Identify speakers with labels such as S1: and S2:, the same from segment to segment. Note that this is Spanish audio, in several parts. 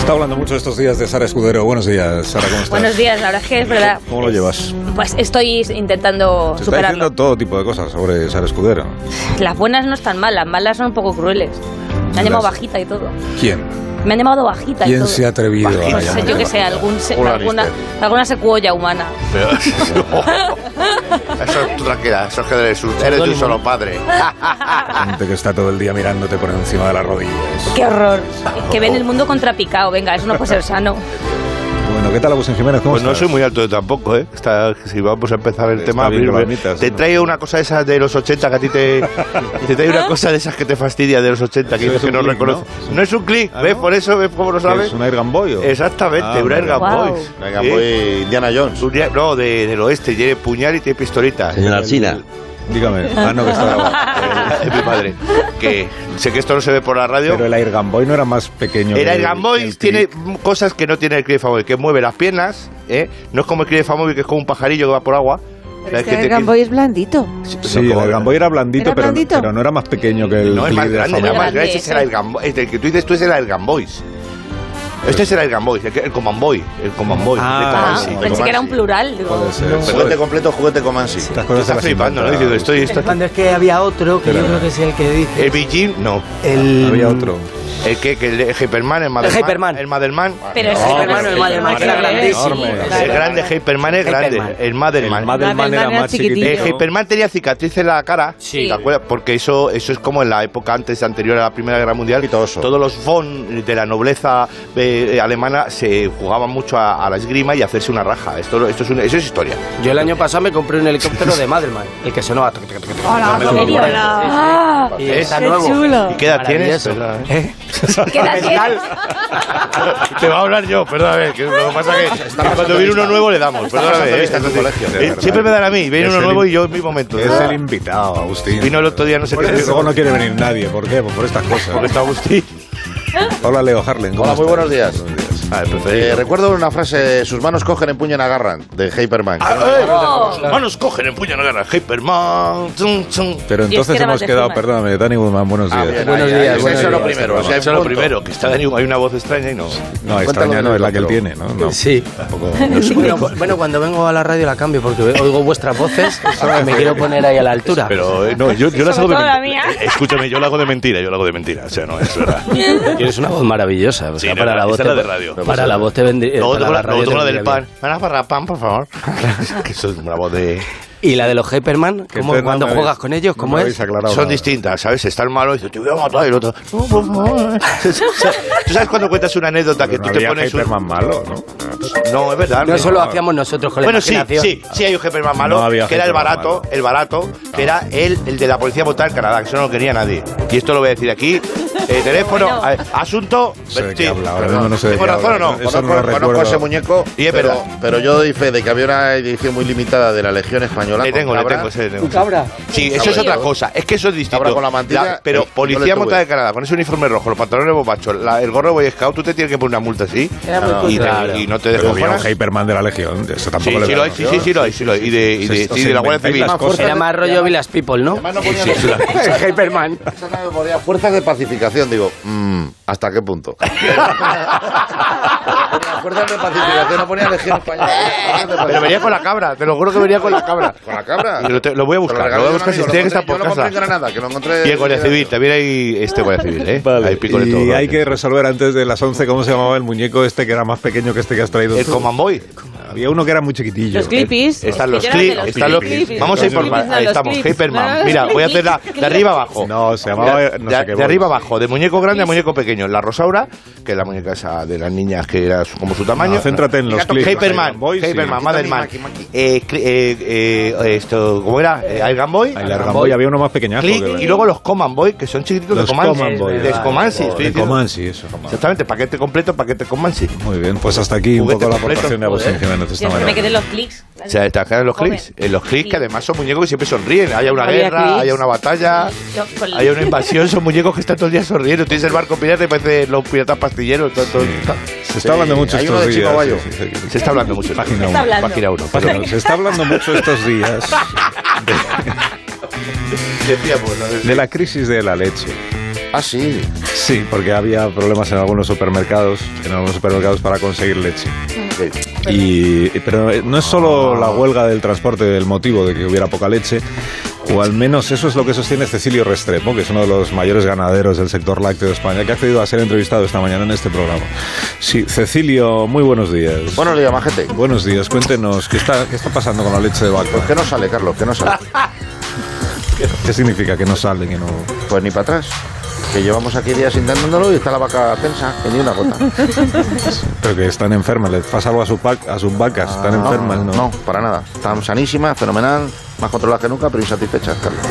S1: está hablando mucho estos días de Sara Escudero. Buenos días, Sara, ¿cómo estás?
S2: Buenos días, la verdad es que es verdad.
S1: ¿Cómo lo llevas?
S2: Pues estoy intentando
S1: Se está
S2: superarlo.
S1: diciendo todo tipo de cosas sobre Sara Escudero.
S2: Las buenas no están mal, las malas son un poco crueles. Me han llamado
S1: Las-
S2: bajita y todo.
S1: ¿Quién?
S2: Me han llamado bajita y
S1: ¿Quién
S2: todo.
S1: se ha atrevido
S2: Pues
S1: a llamar?
S2: yo que sé, algún se-
S3: Hola,
S2: alguna,
S3: mister.
S2: alguna secuoya humana.
S3: Pero- eso tú tranquila, eso es que eres, un- eres de un solo padre.
S1: Gente que está todo el día mirándote por encima de las rodillas.
S2: Qué horror. Que ven el mundo contrapicado. Venga, eso no puede ser sano.
S1: Bueno, ¿qué tal, Agustín Jiménez? ¿Cómo
S3: Pues no
S1: estás?
S3: soy muy alto yo tampoco, ¿eh? Está- si vamos a empezar el
S1: Está
S3: tema,
S1: bien con
S3: abrirme.
S1: las mitas,
S3: te
S1: ¿no?
S3: traigo una cosa de esas de los 80 que a ti te. te traigo una cosa de esas que te fastidia de los 80 que
S1: Eso
S3: dices
S1: es
S3: que
S1: un
S3: no
S1: clic,
S3: reconoce.
S1: ¿no?
S3: ¿no? es un clic,
S1: Ah,
S3: ¿ves?
S1: ¿no?
S3: Por eso, ¿ves cómo lo sabes?
S1: ¿Es un Ergan Boy? o?
S3: ¿eh? Exactamente,
S1: Ah,
S3: una Ergan
S2: Wow.
S3: Boys.
S4: Venga,
S3: ¿eh?
S4: voy Indiana Jones.
S3: Un día- No, de- del oeste, tiene puñal y tiene pistolita.
S5: Señora Alsina,
S1: Dígame. Ah, no, que está grabado.
S3: Es mi padre. Que sé que esto no se ve por la radio.
S1: Pero el Ergan Boy no era más pequeño.
S3: El
S1: que
S3: Ergan Boys
S1: el
S3: tiene
S1: Click.
S3: cosas que no tiene el Cliff Family, que mueve las piernas, ¿eh? No es como el Cliff Family, que es como un pajarillo que va por agua.
S6: Pero es
S3: ¿Sabes
S6: que
S3: qué
S6: el
S3: te-
S6: Gamboy es blandito.
S1: Sí, el Ergan Boy era blandito,
S6: ¿Era
S1: pero,
S6: blandito?
S1: pero no era más pequeño que el
S3: No, es más
S1: Click de la
S3: grande, era
S1: familia.
S3: más grande.
S2: Grande,
S3: Ese es
S2: sí.
S3: el Ergan Boys. El que tú dices tú es el Ergan Boys. Este es el Ergan Boys, el, que- el Command Boy. El Command Boy.
S1: Ah.
S3: de
S2: Ah,
S3: Comanche.
S4: sí,
S2: pensé
S4: como
S2: que era un
S4: así.
S2: plural. digo.
S1: Puede ser.
S4: Juguete completo, juguete comansi.
S1: Estas
S3: Tú
S1: cosas se
S3: estás
S1: las
S3: flipando, ¿no?
S1: inventa.
S3: Diciendo, estoy, estoy.
S7: Cuando es que había otro, que
S1: Pero-
S7: yo creo que es el que dice.
S3: El BG, no.
S7: El,
S1: Había otro.
S3: El que, que el Hyperman, el Motherman.
S7: Hyperman.
S3: El Motherman.
S2: Pero es
S1: No,
S2: que
S7: hermano,
S2: no es-
S7: el Madelman, que era
S2: Sí,
S7: grandísimo.
S1: enorme.
S3: El grande Hyperman es grande.
S7: Hyperman.
S3: El Motherman.
S1: El
S8: Ah,
S1: Madelman era más chiquitito.
S3: Eh, Hyperman tenía cicatriz en la cara,
S2: Sí.
S3: ¿te acuerdas? Porque eso, eso es como en la época antes, anterior a la Primera Guerra Mundial.
S4: Pitoso.
S3: Todos los von de la nobleza eh, eh, alemana se jugaban mucho a, a la esgrima y a hacerse una raja. Esto, esto es un- eso es historia.
S7: Yo el año pasado me compré un helicóptero de Madelman, el que sonaba. toc, toc, toc, toc.
S6: Hola,
S2: ¿En serio? Ah,
S7: Y está
S3: Qué
S7: nuevo.
S6: chulo.
S3: ¿Y qué edad tienes?
S7: Maravilloso.
S3: Perdona, ¿eh?
S7: ¿Eh?
S2: ¿Qué edad tienes?
S3: Te va a hablar yo, perdóname. Que lo que pasa es que cuando viene uno nuevo le damos. Perdóname.
S4: pasando
S3: ¿eh?
S4: lista en tu
S3: Sí.
S4: colegio, de
S3: Eh,
S4: verdad.
S3: Siempre me dan a mí. Viene
S1: Es
S3: uno
S1: el
S3: nuevo
S1: in-
S3: y yo en mi momento.
S1: Es el invitado, Agustín.
S3: Vino el otro día, no sé
S1: Por
S3: qué.
S1: eso luego no quiere venir nadie. ¿Por qué? Pues por estas
S3: Porque
S1: cosas.
S3: está Agustín.
S1: Hola, Leo Harlen. ¿cómo
S4: Hola, muy
S1: estás?
S4: buenos días.
S3: Ah, el
S4: Eh,
S3: preferido.
S4: recuerdo una frase, sus manos cogen, empuñan, agarran, de Hyperman.
S3: Ah,
S2: Oh.
S3: eh, Manos cogen, empuñan, agarran. Hyperman. Tum, tum.
S4: Ah,
S1: Pero
S2: Y es que
S1: entonces
S2: era más
S1: hemos
S2: de
S1: quedado,
S2: Human.
S1: perdóname, Dani Goodman, buenos
S3: Ah,
S1: días.
S7: buenos días,
S4: Eso
S7: buenos
S4: es lo
S7: días.
S4: primero. o sea,
S3: Eso es lo
S4: punto.
S3: primero, que está de hay una voz extraña y no.
S1: No,
S4: Cuéntalo
S1: extraña
S4: de
S1: no es la que él
S4: nuevo.
S1: tiene, ¿no? No.
S7: Sí.
S1: Tampoco.
S7: Bueno, bueno, cuando vengo a la radio la cambio porque oigo vuestras voces y me quiero poner ahí a la altura.
S3: Pero eh, no, yo, yo las
S2: Sobre
S3: hago de
S2: todo la
S3: mentira.
S2: mía.
S3: Escúchame, yo la hago de mentira, yo la hago de mentira. O sea, no, es verdad.
S7: Tienes una voz maravillosa. O
S3: Sí,
S7: sea,
S3: no,
S7: para la
S3: esa
S7: voz
S3: es
S7: te,
S3: la de radio. No
S7: Para la voz te vendría.
S3: Luego tengo
S7: para
S3: la,
S7: radio
S3: luego tengo la
S7: te
S3: del
S7: vendría
S3: pan.
S7: bien.
S3: ¿Van a para pan, por favor? que eso es una voz de...
S7: Y la de los Hyperman,
S1: Que
S7: ¿cómo,
S1: ustedes
S7: cuando
S1: no me
S7: juegas
S1: habéis-
S7: con ellos,
S1: no
S7: ¿cómo
S1: me
S7: es?
S1: habéis aclarado
S3: Son
S1: nada.
S3: distintas, ¿sabes? Está el malo y dice, te voy a matar, y el otro, no, por favor. ¿Tú sabes cuando cuentas una anécdota que
S1: Pero
S3: tú
S1: no
S3: te
S1: había
S3: pones un...
S1: Hyperman malo, ¿no?
S3: No, es verdad.
S7: No
S3: no.
S7: eso lo hacíamos nosotros con la
S3: Bueno, sí,
S7: imaginación.
S3: sí, sí hay un jefe más malo,
S1: No había
S3: que era el
S1: jefe más
S3: barato,
S1: malo. Ah.
S3: el barato, que era el, el de la policía votar en Canadá, que eso no lo quería nadie. Y esto lo voy a decir aquí. Eh, teléfono,
S2: Bueno.
S3: a ver, asunto.
S1: sé de
S3: sí,
S1: qué habla, ahora
S3: perdón.
S1: mismo no sé de
S3: ¿Tengo
S1: qué
S3: razón
S1: habla.
S3: o no?
S1: Es- Eso no lo
S4: Conozco, conozco
S1: recuerdo.
S4: ese muñeco,
S3: Y es
S4: pero,
S3: verdad.
S4: pero yo doy fe de que había una edición muy limitada de la Legión Española.
S3: Le
S4: con
S3: tengo, le
S4: Cabra.
S3: tengo, sí, le tengo.
S7: Cabra.
S3: Sí, eso
S4: Cabra.
S3: es otra cosa. Es que eso es distinto.
S4: Cabra con la mantilla,
S3: pero
S4: yo- yo le
S3: policía
S4: tuve.
S3: montada de Canadá, con ese uniforme rojo, los pantalones bombachos, la- el gorro Boy Scout, tú te tienes que poner una multa así.
S7: Era muy
S3: y te-
S7: claro.
S3: y, no te
S1: Pero
S3: dejo
S1: había un
S3: fuera.
S1: Hyperman de la Legión. Eso
S3: Sí,
S1: tampoco le
S3: sí lo hay, sí, sí, sí lo hay, sí lo hay. Y de, y de-
S1: Se-
S3: y
S1: se
S3: de la Guardia
S1: inventáis
S3: Civil.
S1: las
S3: Más
S1: cosas.
S7: Era más rollo Village People, ¿no?
S4: Además, no ponía
S3: Sí, sí,
S4: nombre.
S7: El Hyperman.
S4: Esa no me ponía fuerzas de pacificación, digo, mm, ¿hasta qué punto? Ponía fuerzas de pacificación, no ponía Legión Española. Fuerzas de
S3: Pero venía
S4: pacificación.
S3: con la cabra, te lo juro que venía con la cabra.
S4: Con la cabra.
S3: Y lo, te- lo voy a buscar,
S4: Te
S3: lo, voy a buscar
S4: regalé
S3: si
S4: a
S3: tiene
S4: un
S3: que
S4: amigo,
S3: estar por
S4: lo encontré- Yo lo
S3: casa.
S4: compré en Granada, que lo encontré.
S3: Y el Guardia Civil, también hay este Guardia Civil, ¿eh? Hay pico de todo.
S1: Y hay que resolver antes de las 11 cómo se llamaba el muñeco este que era más pequeño que este que has traído.
S3: El
S1: tú?
S3: Command Boy.
S1: Había uno que era muy chiquitillo.
S2: Los clippies.
S3: Están
S2: los que yo
S3: los
S2: era de
S3: clips,
S2: los
S3: están los clips. Vamos a ir por
S1: Los clippies,
S3: ahí estamos, Hyperman. Mira, voy a hacer la de arriba abajo.
S1: No, se llamaba,
S3: De,
S1: no sé
S3: de-
S1: qué
S3: de
S1: bolas.
S3: arriba abajo, de muñeco grande a muñeco pequeño. La Rosaura, que es la muñeca esa de las niñas que era su- como su tamaño.
S1: No, Ah, céntrate en los
S3: Gato-
S1: clips.
S3: Hyperman,
S1: Iron Boy, sí.
S3: Hyperman,
S1: Maki,
S3: Motherman. Eh, cli- eh, eh, esto, ¿cómo era? Eh, Iron Boy.
S1: Ahí la Ramboy, había uno más pequeñazo.
S3: Click,
S1: que-
S3: y luego los Command Boy, que son chiquititos
S1: Los
S3: de Comanche.
S1: Command Boy.
S3: De Comanche, estoy
S1: de
S3: diciendo.
S1: Comanche, eso.
S3: Exactamente, paquete completo, paquete Comanche.
S1: Muy bien, pues hasta aquí un
S3: Juguete
S1: poco la
S3: completo,
S1: aportación de
S3: joder.
S1: Agustín Jiménez esta
S2: Yo me quedé en
S1: mañana.
S2: los clics.
S3: O sea, está acá en los
S2: Joven.
S3: clics. En los clics
S2: Sí.
S3: que además son muñecos que siempre sonríen. Haya una
S2: Había
S3: guerra,
S2: clics.
S3: haya una batalla,
S2: Yo con-
S3: haya una invasión. Son muñecos que están todo el día sonriendo. Tienes el barco pirata y parece los piratas pastilleros. todo- todo-
S1: Se está hablando mucho
S4: hay
S1: estos
S4: uno de
S1: días.
S4: Chihuahua.
S1: sí, sí, sí.
S3: Se está hablando mucho.
S1: Página
S2: uno. hablando.
S3: Página uno, página
S1: Bueno, se está hablando mucho estos días
S3: uno. Decía, pues, lo de-
S1: de la crisis de la leche.
S4: Ah, sí.
S1: Sí, porque había problemas en algunos supermercados, en algunos supermercados para conseguir leche. Y, pero eh, no es solo la huelga del transporte el motivo de que hubiera poca leche, o al menos eso es lo que sostiene Cecilio Restrepo, que es uno de los mayores ganaderos del sector lácteo de España, que ha accedido a ser entrevistado esta mañana en este programa. Sí, Cecilio, muy buenos días.
S4: Bueno, le llama gente.
S1: Buenos días, cuéntenos, ¿qué está, ¿qué está pasando con la leche de vaca?
S4: Pues que no sale, Carlos, que no sale.
S1: ¿Qué significa que no sale, que no...?
S4: Pues ni para atrás. Que llevamos aquí días intentándolo y está la vaca tensa, que ni una gota.
S1: Pero que están enfermas, les pasa algo a, sus vac- a sus vacas, están enfermas, ¿no?
S4: Ah, No, para nada. Están sanísimas, fenomenal, más controladas que nunca, pero insatisfechas, Carlos.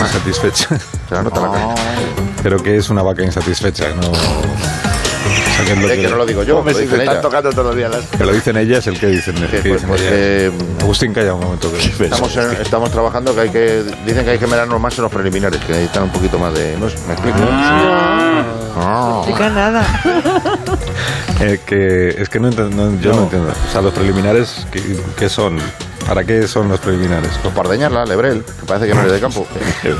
S1: Más satisfecha.
S4: Se la nota la cara.
S1: Pero que es una vaca insatisfecha, no. O sea, que es lo
S4: Eh,
S1: que-
S4: que no lo digo yo,
S3: Hombre,
S4: lo
S3: si
S4: dicen
S3: te están
S4: ellas.
S3: tocando todos los días las-
S1: que lo dicen ellas, el que dicen. el
S4: Sí,
S1: que
S4: pues-
S1: dicen
S4: pues,
S1: ellas.
S4: eh,
S1: Agustín, calla un momento. Que...
S4: Estamos, en- estamos trabajando que hay que dicen que hay que merarnos más en los preliminares, que necesitan un poquito más de. ¿no? ¿Me explico? Ah.
S1: Eh, que es que no enten- no, yo no. entiendo. O sea, los preliminares, ¿qué, qué son? ¿Para qué son los preliminares?
S4: Pues Pardeñarla, Lebrel, que parece que no es de campo.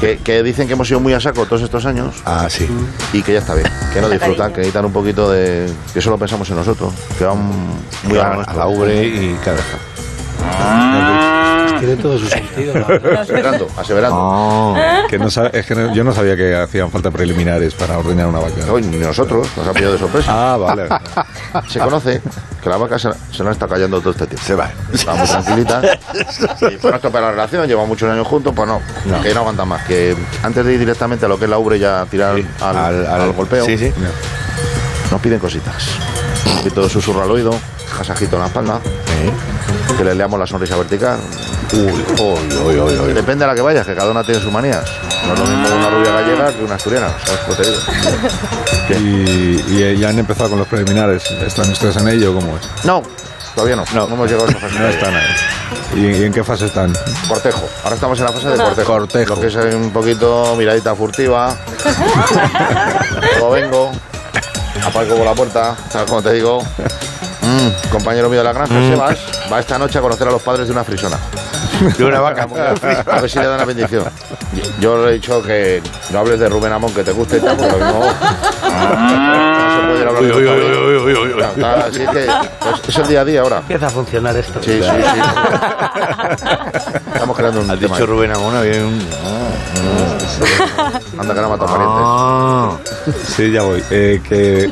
S4: Que, que dicen que hemos sido muy a saco todos estos años
S3: Ah, sí.
S4: y que ya está bien. Que no disfrutan, que necesitan un poquito de. que solo pensamos en nosotros. Que van muy a lo
S3: Claro, a
S4: nuestro.
S3: la ubre y cada
S7: Tiene todo su sentido. la verdad.
S4: Aseverando, aseverando.
S3: Ah.
S1: Que no sab- es que no- yo no sabía que hacían falta preliminares para ordenar una vaca.
S4: Hoy ni nosotros, nos ha pillado de sorpresa.
S1: Ah, vale.
S4: Se conoce que la vaca se, se nos está callando todo este tiempo.
S3: Se va.
S4: Está muy tranquilita. Y Para esto, para la relación, llevamos muchos años juntos, pues no, que no aguanta más. Que antes de ir directamente a lo que es la ubre ya tirar al, al golpeo,
S3: Sí, sí.
S4: nos piden cositas. Un poquito de susurro al oído, masajito en la espalda, que le leamos la sonrisa vertical. Depende a la que vayas, que cada una tiene sus manías. No es lo mismo una rubia gallega que una asturiana. ¿sabes lo que te digo?
S1: Y, y ya han empezado con los preliminares. ¿Están ustedes en ello o cómo es?
S4: No, todavía no. No, hemos llegado a esa fase.
S1: No están ahí. ¿Y, y en qué fase están?
S4: Cortejo. Ahora estamos en la fase de cortejo.
S1: Cortejo.
S4: Lo que es un poquito miradita furtiva. Luego vengo. Aparco por la puerta. ¿Sabes cómo te digo? Mm, compañero mío de la granja, Sebas, va esta noche a conocer a los padres de una frisona.
S3: De una vaca.
S4: A ver si le dan la bendición. Yo le he dicho que no hables de Rubén Amón, que te guste y tal, porque no. No se puede ir a hablar
S3: Uy,
S4: de
S3: uy,
S4: los
S3: uy,
S4: padres.
S3: uy, uy, uy, uy.
S4: Claro, claro, así es que, pues, es el día a día ahora.
S7: Empieza a funcionar esto.
S4: Sí, sí, sí. Estamos creando un
S3: Has
S4: tema
S3: dicho Rubén Amón, había un...
S4: ahí. Anda que no mata parientes.
S3: Ah.
S1: Sí, ya voy. Eh, que,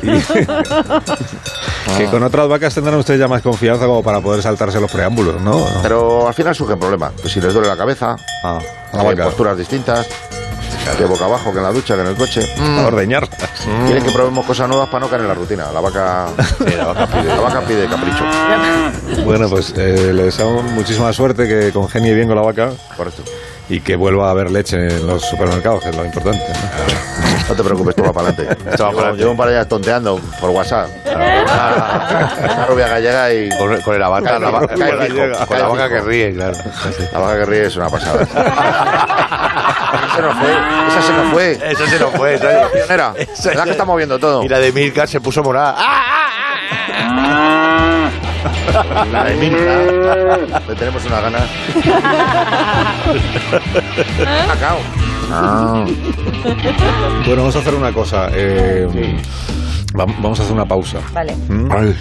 S1: que con otras vacas tendrán ustedes ya más confianza como para poder saltarse los preámbulos, ¿no?
S4: Pero al final surgen problemas. Pues si les duele la cabeza,
S1: Ah, la
S4: hay
S1: vaca.
S4: posturas distintas, que boca abajo, que en la ducha, que en el coche.
S1: A ordeñarlas.
S3: Mm.
S4: Quieren que probemos cosas nuevas para no caer en la rutina. La vaca, la vaca pide, capricho.
S1: Bueno, pues eh, le deseamos muchísima suerte, que congenie bien con la vaca
S4: Correcto.
S1: y que vuelva a haber leche en los supermercados, que es lo importante. ¿no?
S4: No te preocupes, tú va para adelante.
S3: Esto va para adelante.
S4: Llevo un par de días tonteando por WhatsApp. Una, una rubia gallega y
S3: Con, con el avatar, la vaca,
S4: Cae
S3: con la-
S4: fijo,
S3: con la
S4: cae
S3: vaca que
S4: fijo.
S3: ríe, claro.
S4: la vaca que ríe es una pasada. Esa no fue. Esa se nos fue.
S3: Eso se nos fue.
S4: Esa es la pionera.
S3: Esa
S4: Es la que está moviendo todo.
S3: Y la de Milka se puso morada. ¡Ah!
S4: La de Milka. Le tenemos una gana.
S7: ¿Eh?
S4: Cacao.
S1: Bueno, vamos a hacer una cosa. eh, vam- Vamos a hacer una pausa.
S2: Vale.
S1: ¿Mm? Una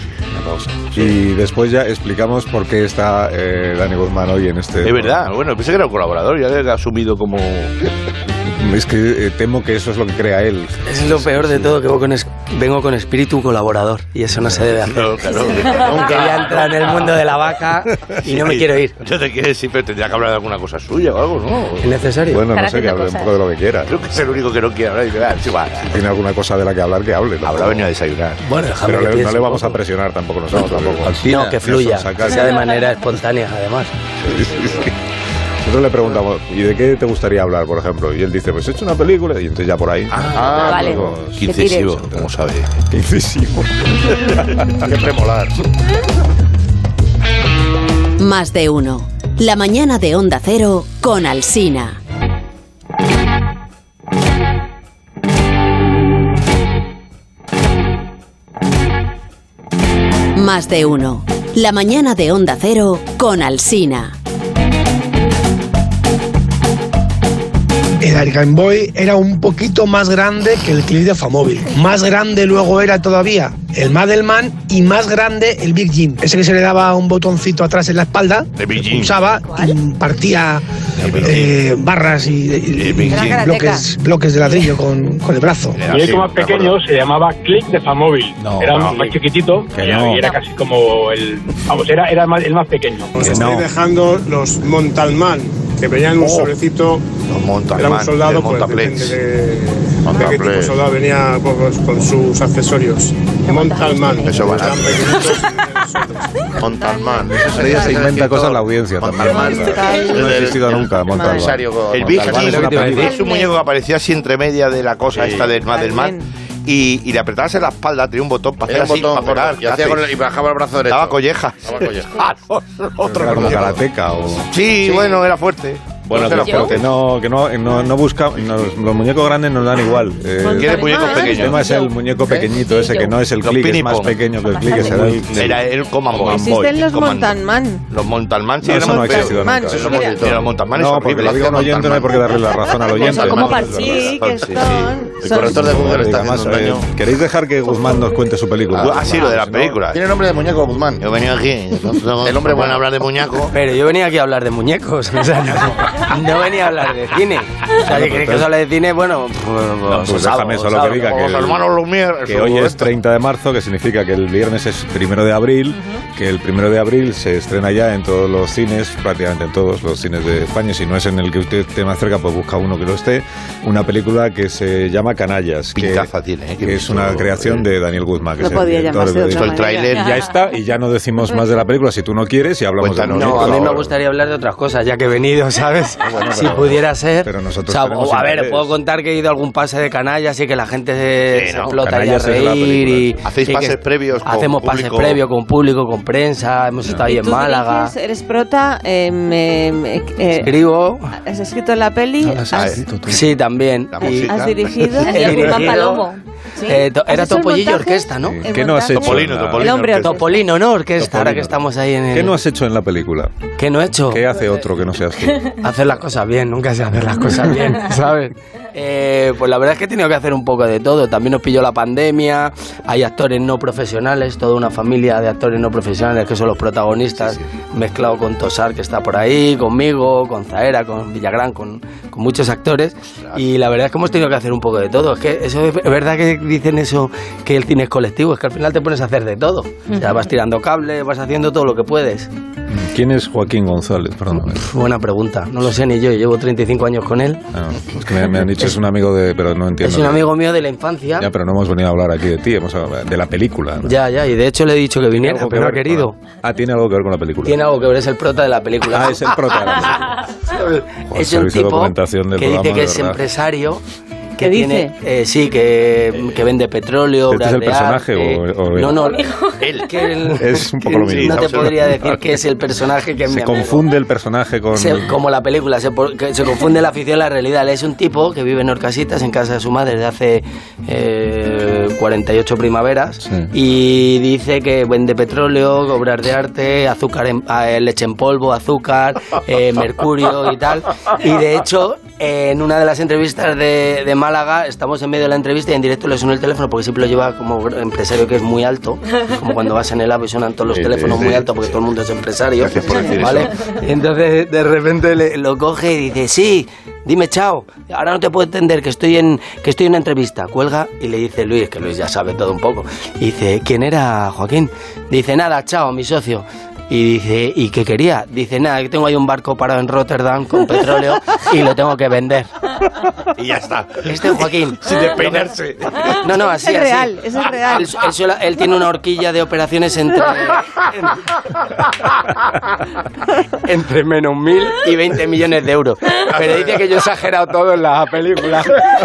S1: pausa. Y después ya explicamos por qué está eh, Dani Guzmán hoy en este...
S3: Es verdad, bueno, pensé que era un colaborador, ya le he asumido como.
S1: Es que eh, temo que eso es lo que crea él.
S7: Es lo peor de todo que vos con es- vengo con espíritu colaborador y eso no se debe hacer.
S3: No, claro, claro.
S7: Nunca Quería entrar en el mundo de la vaca y no me
S3: Sí,
S7: quiero ir.
S3: No te quieres ir, pero tendría que hablar de alguna cosa suya o algo,
S7: ¿Es
S3: ¿no?
S7: necesario?
S1: Bueno,
S2: Estar
S1: no sé, que
S2: haciendo
S1: hable un
S2: cosas.
S1: poco de lo que quiera.
S3: Creo que es el único que no quiere hablar. Y dice, "Ah, sí, va,
S1: Si tiene alguna cosa de la que hablar, que hable.
S3: Habrá
S1: tampoco.
S3: venido a desayunar.
S7: Bueno, déjame
S1: Pero
S7: que
S1: le- no
S7: piense
S1: le
S7: un
S1: vamos a
S7: poco.
S1: presionar tampoco nosotros. tampoco.
S7: No, que fluya,
S1: Eso, sacar-
S7: que sea de manera espontánea, además.
S1: Sí, sí, sí. Nosotros le preguntamos, ¿y de qué te gustaría hablar, por ejemplo? Y él dice, pues he hecho una película. Y entonces ya por ahí.
S3: Ah,
S2: vale.
S1: luego-
S3: Qué
S2: Que tires.
S3: incisivo, como sabe.
S1: Qué incisivo.
S4: Siempre molar.
S5: Más de uno. La mañana de Onda Cero con Alsina. Más de uno. La mañana de Onda Cero con Alsina.
S6: El Game Boy era un poquito más grande que el clip de Famóvil. Más grande luego era todavía el Madelman y más grande el Big Jim. Ese que se le daba un botoncito atrás en la espalda,
S3: El Big Jim.
S6: usaba y partía eh, barras y, y-
S3: El Big
S6: y
S3: Jim.
S6: bloques, bloques de ladrillo con, con el brazo.
S3: Le da
S9: Y el
S3: así,
S9: más
S3: me acuerdo.
S9: pequeño se llamaba Click de Famóvil.
S1: No,
S9: era
S1: no.
S9: más chiquitito
S1: Que
S9: y
S1: no.
S9: era casi como el. Vamos, era, era el más- el más pequeño.
S10: Os
S1: Que
S10: estoy
S1: no.
S10: dejando los Montalmán, que venían
S7: Oh.
S10: en un sobrecito.
S4: Los
S10: Era un
S4: Montalmán,
S10: soldado,
S4: el
S10: pues
S4: Montaplex.
S10: depende de, de qué
S4: Montaplex.
S10: tipo de soldado venía pues, con sus accesorios. Montalmán.
S4: Eso va a dar.
S10: Eran pequeñitos y eran soldros.
S4: Montalmán.
S1: Ahora ya se inventa cosas la audiencia también.
S4: Montalmán.
S1: No ha existido nunca, Montalbán.
S3: El Big
S1: Montalbán es
S3: Jim
S1: una película.
S3: es un muñeco que aparecía así entre media de la cosa esta del mal del mal. Y, y le apretabas en la espalda, tenía un botón para
S4: Era
S3: hacer
S4: un
S3: así,
S4: botón
S3: para cortar,
S4: y, hacía
S3: hace-
S4: con el- y bajaba el brazo derecho.
S3: Daba collejas.
S4: Daba collejas.
S3: Ah, no, otro
S1: Era como
S3: collejo.
S1: karateca o...
S3: Sí, bueno, era fuerte.
S1: Bueno,
S3: Entonces
S1: que,
S3: era
S2: pero
S3: fuerte.
S1: que no, que no, no, no busca, no- los muñecos grandes nos dan igual. Eh,
S3: Quiere muñecos
S2: Montalbán.
S1: el tema
S3: pequeños.
S1: es el muñeco pequeñito ese, que no es el
S3: Los
S1: click, es
S3: pinipón.
S1: más pequeño que el click. ese era el-
S3: Era el Command Boy.
S11: Existen los
S3: Command Boy.
S11: Montanman.
S3: Los Montalmán sí
S1: No,
S3: eran
S1: eso no ha
S3: feos.
S1: existido nunca.
S11: Eso
S3: Eso
S11: hemos
S3: hemos
S4: visto.
S3: Los Montalmán es
S1: No, porque
S3: horrible.
S1: lo diga un oyente no hay por qué darle la razón al oyente.
S2: Eso, como
S1: ¿no?
S2: par-
S1: Es verdad.
S11: Sí, que
S3: Sí, sí.
S11: son.
S4: El
S11: son-
S4: corrector de Google está
S1: Además,
S4: haciendo un daño.
S1: eh, ¿Queréis dejar que Guzmán nos cuente su película?
S3: Ah, sí, lo de la película.
S4: Tiene nombre de muñeco, Guzmán.
S3: Yo he venido aquí.
S4: El hombre bueno.
S3: a hablar de muñeco.
S7: Pero yo venía aquí a hablar de muñecos, o sea, no, no venía a hablar de cine. O sea, que queréis que os hable de cine, bueno, pues,
S1: pues
S7: os hago,
S1: déjame
S7: os
S1: solo que
S7: hablo.
S1: diga que
S3: Los
S1: el-
S3: hermanos Lumière.
S1: que hoy es 30 de marzo, que significa que el viernes es primero de abril, que el primero de abril se estrena ya en todos los cines, prácticamente en todos los cines de España, y si no es en el que usted esté más cerca, pues busca uno que lo esté, una película que se llama Canallas, que,
S3: Pintaza tiene, ¿eh?
S1: que es
S3: Pintaza.
S1: una creación de Daniel Guzmán, que
S11: No
S1: es el
S11: podía
S1: director
S11: llamarse de otra
S3: Esto el
S11: manera.
S3: tráiler
S1: Ya está, y ya no decimos más de la película si tú no quieres y hablamos de
S3: Cuéntanos.
S7: No, a
S1: nosotros.
S7: mí me gustaría hablar de otras cosas, ya que he venido, ¿sabes?
S1: bueno,
S7: si
S1: pero-
S7: pudiera ser.
S1: pero nosotros
S7: o sea,
S1: tenemos
S7: o a ver,
S1: interés.
S7: puedo contar que he ido a algún pase de canallas y que la gente se,
S3: Sí,
S7: se
S3: ¿no?
S7: explota y a
S1: Canallas es la
S7: reír. Y,
S1: película.
S3: ¿Hacéis
S7: y que
S3: pases previos con
S7: Hacemos
S3: público?
S7: pases previos con público, con prensa. Hemos estado ahí en
S11: Tú
S7: Málaga.
S11: diriges, eres prota, eh,
S8: em,
S11: me- me- eh,
S7: Escribo.
S11: has escrito la peli, has,
S7: Sí, también.
S3: La
S7: Y-
S3: música.
S11: has dirigido.
S7: He
S2: Daniel
S7: dirigido,
S2: Guzmán Palomo. ¿sí?
S7: eh, to-
S11: ¿Has
S7: era
S11: hecho el
S7: Topolillo
S11: montaje?
S7: Orquesta, ¿no?
S11: El
S1: ¿Qué no has
S11: montaje.
S1: hecho?
S3: Topolino,
S1: en la-
S3: Topolino.
S11: El hombre
S3: Orquesta.
S7: Topolino, ¿no? Orquesta, ahora
S1: Topolino.
S7: que estamos ahí en el...
S1: ¿Qué no has hecho en la película?
S7: ¿Qué no he hecho?
S1: ¿Qué hace otro que no seas tú?
S7: Hacer las cosas bien, nunca sé hacer las cosas bien, ¿sabes? Eh, pues la verdad es que he tenido que hacer un poco de todo. También nos pilló la pandemia, hay actores no profesionales, toda una familia de actores no profesionales que son los protagonistas, mezclado con Tosar, que está por ahí, conmigo, con Zaera, con Villagrán, con, con muchos actores. Y la verdad es que hemos tenido que hacer un poco de todo. Es que eso es es verdad que dicen eso, que el cine es colectivo, es que al final te pones a hacer de todo. Ya vas tirando cable, vas haciendo todo lo que puedes.
S1: ¿Quién es Joaquín González? Perdóname.
S7: Buena pregunta, no lo sé ni yo, llevo 35 años con él.
S1: Ah, es que me, me han dicho es un amigo de... pero no entiendo.
S7: Es un amigo mío de la infancia.
S1: Ya, pero no hemos venido a hablar aquí de ti, hemos hablado de la película. ¿no?
S7: Ya, ya, y de hecho le he dicho que
S1: ¿Tiene
S7: viniera,
S1: algo que
S7: pero no ha
S1: ver con
S7: querido.
S1: la- Ah, tiene algo que ver con la película.
S7: Tiene algo que ver, es el prota de la película.
S1: Ah, es el prota de la película.
S7: Es
S1: Joder,
S7: un
S1: servicio de
S7: tipo
S1: documentación del
S7: que
S1: programa,
S7: dice
S1: de
S7: que es
S1: verdad.
S7: empresario.
S11: ¿Qué
S7: Que tiene, eh, sí, que, que vende petróleo.
S1: ¿Este es el
S7: obras de
S1: personaje
S7: arte.
S1: o- o-
S7: No, no, él. Que él-
S1: Es un poco lo
S7: que
S1: mismo.
S7: No te podría decir que es el personaje que es mi
S1: Se
S7: amigo.
S1: confunde el personaje con...
S7: Se- como la película, se, por- que se confunde la afición a la realidad. Él es un tipo que vive en Orcasitas, en casa de su madre, desde hace eh, 48 primaveras.
S1: Sí.
S7: Y dice que vende petróleo, obras de arte, azúcar en- ah, eh, leche en polvo, azúcar, eh, mercurio y tal. Y de hecho, eh, en una de las entrevistas de, de Málaga, estamos en medio de la entrevista y en directo le suena el teléfono, porque siempre lo lleva como empresario que es muy alto, como cuando vas en el AVE y sonan todos los
S3: Sí, sí,
S7: teléfonos
S3: sí.
S7: muy altos, porque todo el mundo es empresario.
S3: Gracias por decir
S7: ¿vale?
S3: eso.
S7: Y entonces de repente le- lo coge y dice, sí, dime chao. Ahora no te puedo entender que estoy en que estoy en una entrevista. Cuelga y le dice Luis, que Luis ya sabe todo un poco. Y dice, ¿quién era Joaquín? Dice, nada, chao, mi socio. Y dice, ¿y qué quería? Dice, nada, que tengo ahí un barco parado en Rotterdam con petróleo y lo tengo que vender.
S3: Y ya está.
S7: Este Joaquín.
S3: Sin despeinarse.
S7: No, no, así,
S11: es
S7: así.
S11: real, ese es real.
S7: Él, él suela- él tiene una horquilla de operaciones entre, entre menos mil y 20 millones de euros. Pero dice que yo he exagerado todo en la película.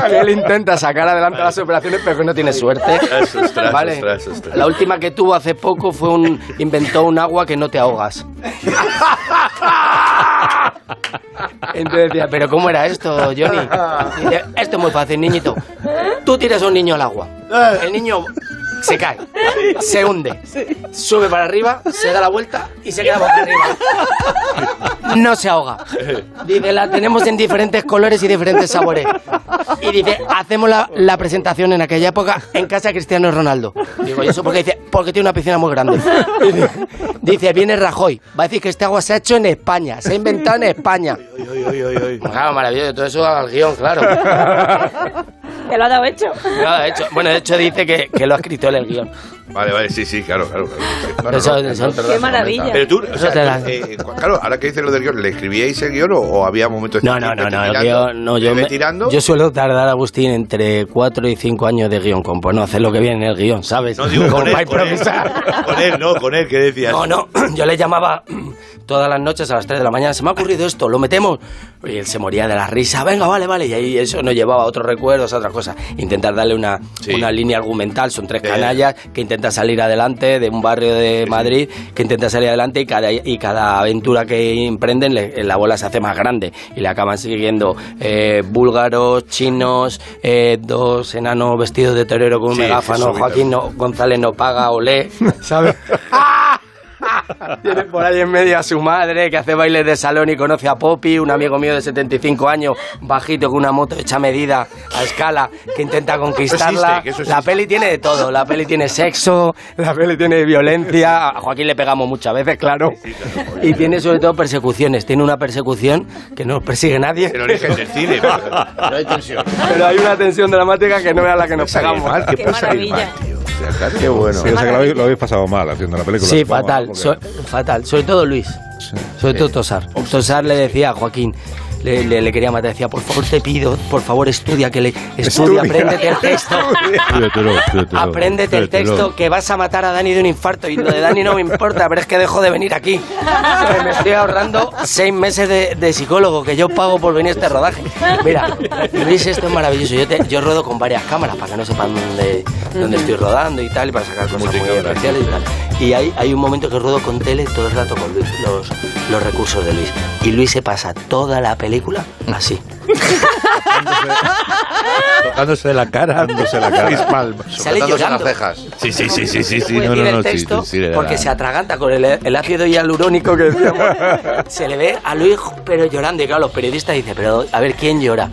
S7: Que él intenta sacar adelante las operaciones, pero que no tiene suerte.
S3: Eso es tras, eso es tras, eso es tras.
S7: La última que tuvo hace poco fue un. inventó un agua que no te ahogas. Entonces decía, ¿pero cómo era esto, Johnny? Dice, esto es muy fácil, niñito. Tú tiras a un niño al agua. El niño se cae, se hunde, sube para arriba, se da la vuelta y se queda boca arriba. No se ahoga. Dice, la tenemos en diferentes colores y diferentes sabores. Y dice, hacemos la, la presentación en aquella época en casa de Cristiano Ronaldo. Digo, ¿y eso porque dice? Porque tiene una piscina muy grande. Dice, dice, viene Rajoy. Va a decir que este agua se ha hecho en España, se ha inventado en España. Claro, maravilloso, todo eso al guión, claro.
S2: Te lo ha dado hecho.
S7: Claro, de hecho, bueno, de hecho dice que, que lo ha escrito él el guión.
S3: Vale, vale, sí, sí, claro, claro. claro, sí.
S7: Pero eso- eso-
S2: Qué maravilla.
S3: Pero tú, o
S7: Eso te
S3: sea,
S7: la-
S3: eh, claro, ahora que dices lo del guión, ¿le escribíais el guión o, o había momentos
S7: No, no, no, no, el guión, no, yo,
S3: yo
S7: me-
S3: tirando?
S7: yo suelo tardar, Agustín, entre 4 y 5 años de guión compo, no hacer lo que viene en el guión, ¿sabes?
S3: No, digo,
S7: Como
S3: con ¿eh? él,
S7: para
S3: con él,
S7: improvisar.
S3: con él, no, con él, que decías?
S7: No, no, yo le llamaba todas las noches a las 3 de la mañana, se me ha ocurrido esto, lo metemos. Y él se moría de la risa, venga, vale, vale. Y ahí eso nos llevaba a otros recuerdos, a otras cosas. Intentar darle una,
S3: Sí.
S7: una línea argumental, son tres
S3: Eh.
S7: canallas que intentan salir adelante de un barrio de Madrid, que intentan salir adelante y cada, y cada aventura que emprenden, le- la bola se hace más grande y le acaban siguiendo eh, búlgaros, chinos, eh, dos enanos vestidos de torero con un
S3: Sí,
S7: megáfano,
S3: jesuitas.
S7: Joaquín no- González no paga, olé, ¿sabes? Tiene por ahí en medio a su madre que hace bailes de salón y conoce a Poppy, un amigo mío de 75 años, bajito con una moto hecha a medida a escala que intenta conquistarla.
S3: existe, que eso
S7: la
S3: existe.
S7: peli tiene de todo, la peli tiene sexo, la peli tiene violencia, a Joaquín le pegamos muchas veces, claro. Y tiene sobre todo persecuciones, tiene una persecución que no persigue nadie.
S3: El origen del cine.
S4: No hay tensión.
S7: Pero hay una tensión dramática que no es a la que nos
S3: Salir
S7: pegamos.
S3: mal, que
S2: Qué
S3: puede salir
S2: maravilla.
S3: mal, pues, tío. O sea, qué bueno.
S1: Sí, o sea que lo habéis, lo habéis pasado mal haciendo la película.
S7: Sí,
S1: supongo,
S7: fatal,
S1: porque-
S7: so- fatal. Sobre todo Luis. Sobre todo Tosar. Tosar le decía a Joaquín. Le, le- le quería matar, decía, por favor te pido, por favor estudia, que le
S1: Estudia.
S7: estudia, apréndete el texto. Apréndete el texto, que vas a matar a Dani de un infarto. Y lo de Dani no me importa, pero es que dejo de venir aquí. Que Me estoy ahorrando seis meses de, de psicólogo que yo pago por venir a este rodaje. Mira, Luis, esto es maravilloso. Yo, te- yo rodo con varias cámaras para que no sepan dónde, dónde estoy rodando y tal, y para sacar cosas muy
S3: Multicámara.
S7: especiales y tal. Y hay, hay un momento que rodo con tele todo el rato con Luis, los, los recursos de Luis. Y Luis se pasa toda la película así.
S3: Tocándose la cara. Tocándose la cara.
S7: Sale
S4: Cortándose
S7: llorando.
S4: las cejas.
S3: Sí, sí, sí, sí, sí, sí.
S7: puede
S3: No,
S7: decir
S3: no,
S7: el
S3: no, sí,
S7: texto
S3: sí, sí, le da-
S7: porque se atraganta con el, el ácido hialurónico que decíamos. Se le ve a Luis, pero llorando. Y claro, los periodistas dicen, pero a ver, ¿quién llora?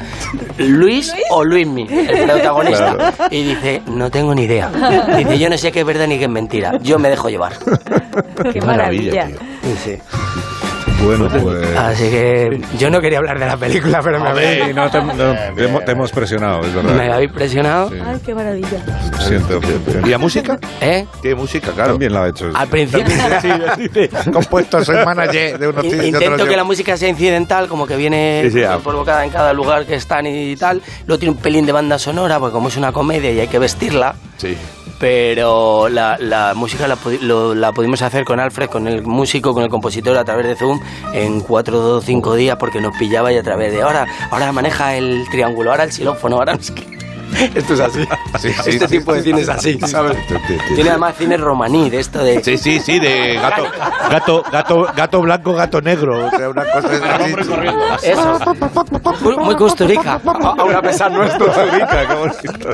S7: ¿Luis, o Luismi, el protagonista? Y dice, no tengo ni idea. Dice, yo no sé qué es verdad ni qué es mentira. Yo me dejo llevar.
S2: Qué maravilla.
S1: Bueno, pues.
S7: Así que yo no quería hablar de la película, pero me, habéis-
S1: Sí, no, te, no, te hemos- te hemos presionado, es verdad.
S7: Ah, me habéis presionado.
S1: Sí.
S2: Ay, qué maravilla.
S1: Lo siento.
S3: ¿Y la música?
S7: ¿Eh?
S3: Tiene música, claro.
S1: También la ha hecho.
S7: Al principio...
S3: Compuesto, soy manager de unos tíos y de otros
S7: Intento
S3: yo.
S7: que la música sea incidental, como que viene
S3: Sí, sí, ah.
S7: provocada en cada lugar que están y tal. Luego tiene un pelín de banda sonora, porque como es una comedia y hay que vestirla.
S3: Sí.
S7: Pero la, la música la, pudi- lo- la pudimos hacer con Alfred, con el músico, con el compositor a través de Zoom en cuatro o cinco días porque nos pillaba y a través de ahora, ahora maneja el triángulo, ahora el xilófono, ahora no sé qué. Esto es así.
S3: Sí, sí,
S7: este
S3: sí,
S7: tipo de
S3: sí.
S7: cine es así, ¿sabes?
S3: Sí, sí, sí.
S7: Tiene además cine romaní, de esto de...
S3: Sí, sí, sí, de gato, gato, gato, gato blanco, gato negro. O sea, una cosa de
S7: Eso. Muy, muy costurica. A, a- a pesar nuestro.
S1: Rica, qué bonito.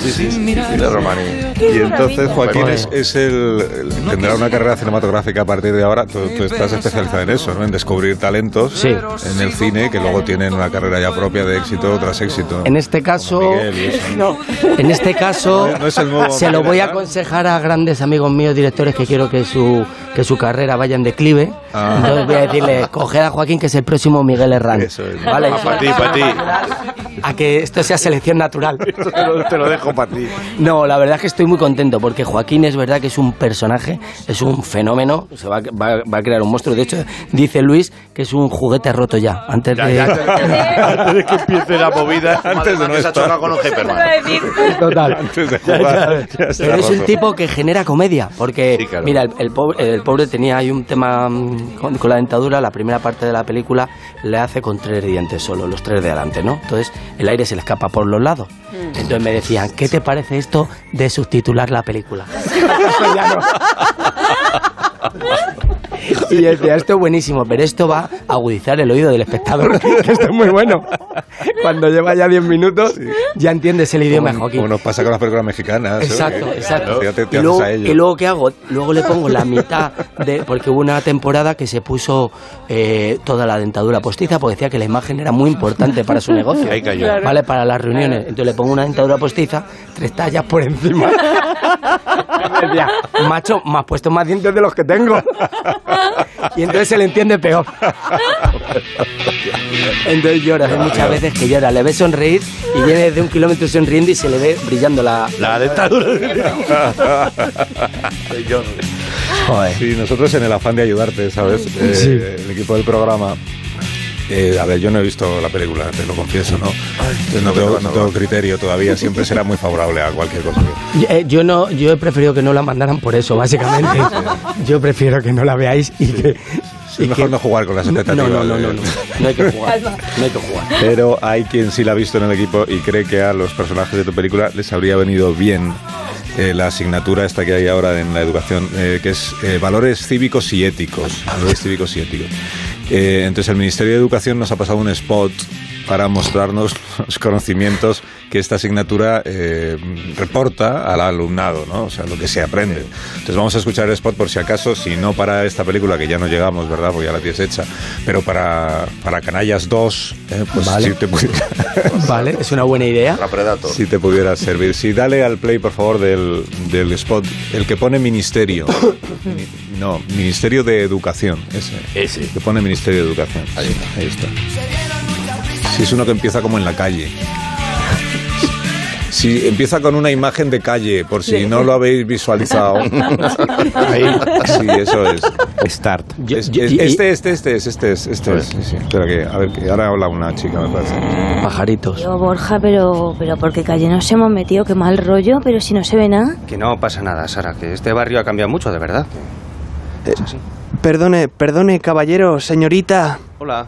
S4: Sí, sí, sí. Cecilia Romani.
S1: Y entonces Joaquín es,
S4: Bueno,
S1: es el, el- tendrá una carrera cinematográfica a partir de ahora. Tú, tú estás especializado en eso, ¿no? En descubrir talentos en el cine que luego tienen una carrera ya propia de éxito tras éxito.
S7: En este caso,
S1: Miguel y eso.
S7: no, en este caso
S1: No, no es el nuevo
S7: se lo
S1: Miguel,
S7: voy a
S1: ¿verdad?
S7: aconsejar a grandes amigos míos, directores que quiero que su que su carrera vaya en declive.
S1: Ah.
S7: Entonces voy a decirle, coged a Joaquín que es el próximo Miguel Herrán. Vale,
S3: para ti, para ti.
S7: a que esto sea selección natural.
S3: Te lo, te lo dejo para ti.
S7: No, la verdad es que estoy muy contento porque Joaquín es verdad que es un personaje, es un fenómeno, se va, a- va a- va a crear un monstruo. De hecho, dice Luis que es un juguete roto ya, antes de...
S3: Antes de que empiece la movida, antes de no
S4: Se ha chocado con un
S2: Iba a
S4: Hepperman.
S2: decir.
S7: Total.
S1: Antes de jugar. ya está
S7: Pero es un
S1: roto.
S7: tipo que genera comedia, porque
S4: Sí, claro.
S7: mira, el, el pobre, el pobre tenía ahí un tema mm, con, con la dentadura, la primera parte de la película le hace con tres dientes solo, los tres de adelante, ¿no? Entonces el aire se le escapa por los lados. Entonces me decían, ¿qué te parece esto de subtitular la película? Eso ya no. Y yo decía, esto es buenísimo, pero esto va a agudizar el oído del espectador, que esto es muy bueno. Cuando lleva ya 10 minutos, ya entiendes el idioma, de
S1: Como-
S7: Joaquín.
S1: Como nos pasa con las películas mexicanas. ¿eh?
S7: Exacto,
S1: Que-
S7: exacto.
S1: Ya te, te
S7: y,
S1: haces
S7: luego,
S1: a ello.
S7: y luego, qué hago? Luego le pongo la mitad de porque hubo una temporada que se puso eh, toda la dentadura postiza porque decía que la imagen era muy importante para su negocio.
S3: Ahí cayó.
S7: Vale, para las reuniones. Entonces le pongo una dentadura postiza, tres tallas por encima. Y decía, macho, me has puesto más dientes de los que tengo. Y entonces se le entiende peor. Entonces llora, hay muchas veces que llora. Le ve sonreír y viene desde un kilómetro sonriendo y se le ve brillando la...
S3: La dentadura.
S7: Joder.
S1: Sí, nosotros en el afán de ayudarte, ¿sabes? Eh, El equipo del programa. eh, a ver, yo no he visto la película, te lo confieso, ¿no? Yo no, tengo, no tengo criterio todavía, siempre será muy favorable a cualquier cosa. que-
S7: Yo, eh, Yo no, yo he preferido que no la mandaran por eso, básicamente. Yo prefiero que no la veáis y que. y
S1: Es mejor
S7: que-
S1: no jugar con las
S7: No,
S1: expectativas.
S7: No, no, no,
S1: de-
S7: no, no. No hay que jugar. No hay que jugar.
S1: Pero hay quien sí la ha visto en el equipo y cree que a los personajes de tu película les habría venido bien eh, la asignatura esta que hay ahora en la educación, eh, que es eh, valores cívicos y éticos. Valores cívicos y éticos. Eh, entonces el Ministerio de Educación nos ha pasado un spot para mostrarnos los conocimientos que esta asignatura eh, reporta al alumnado, ¿no? O sea, lo que se aprende. Entonces vamos a escuchar el spot por si acaso, si no para esta película, que ya no llegamos, ¿verdad? Porque ya la tienes hecha, pero para, para Canallas 2, eh, pues
S7: Vale.
S1: si, te pudiera,
S7: Vale, es una buena idea.
S4: La Predator.
S1: si te pudiera servir. Sí, dale al play, por favor, del, del spot, el que pone Ministerio. Mini- no, Ministerio de Educación, ese.
S3: Ese.
S1: Que pone Ministerio de Educación. Ahí está. Si es uno que empieza como en la calle. Si empieza con una imagen de calle, por si no lo habéis visualizado. Ahí. Sí, eso es. Start.
S7: Yo-
S1: Es-
S7: yo-
S1: es-
S7: y-
S1: este, este, este es, este es, este es. Sí, sí. Espera que, a ver, que ahora habla una chica, me parece.
S7: Pajaritos.
S2: Yo, Borja, pero, pero porque calle nos hemos metido, qué mal rollo, pero si no se ve nada.
S8: Que no pasa nada, Sara, que este barrio ha cambiado mucho, de verdad.
S12: Perdone, perdone, caballero, señorita.
S8: Hola.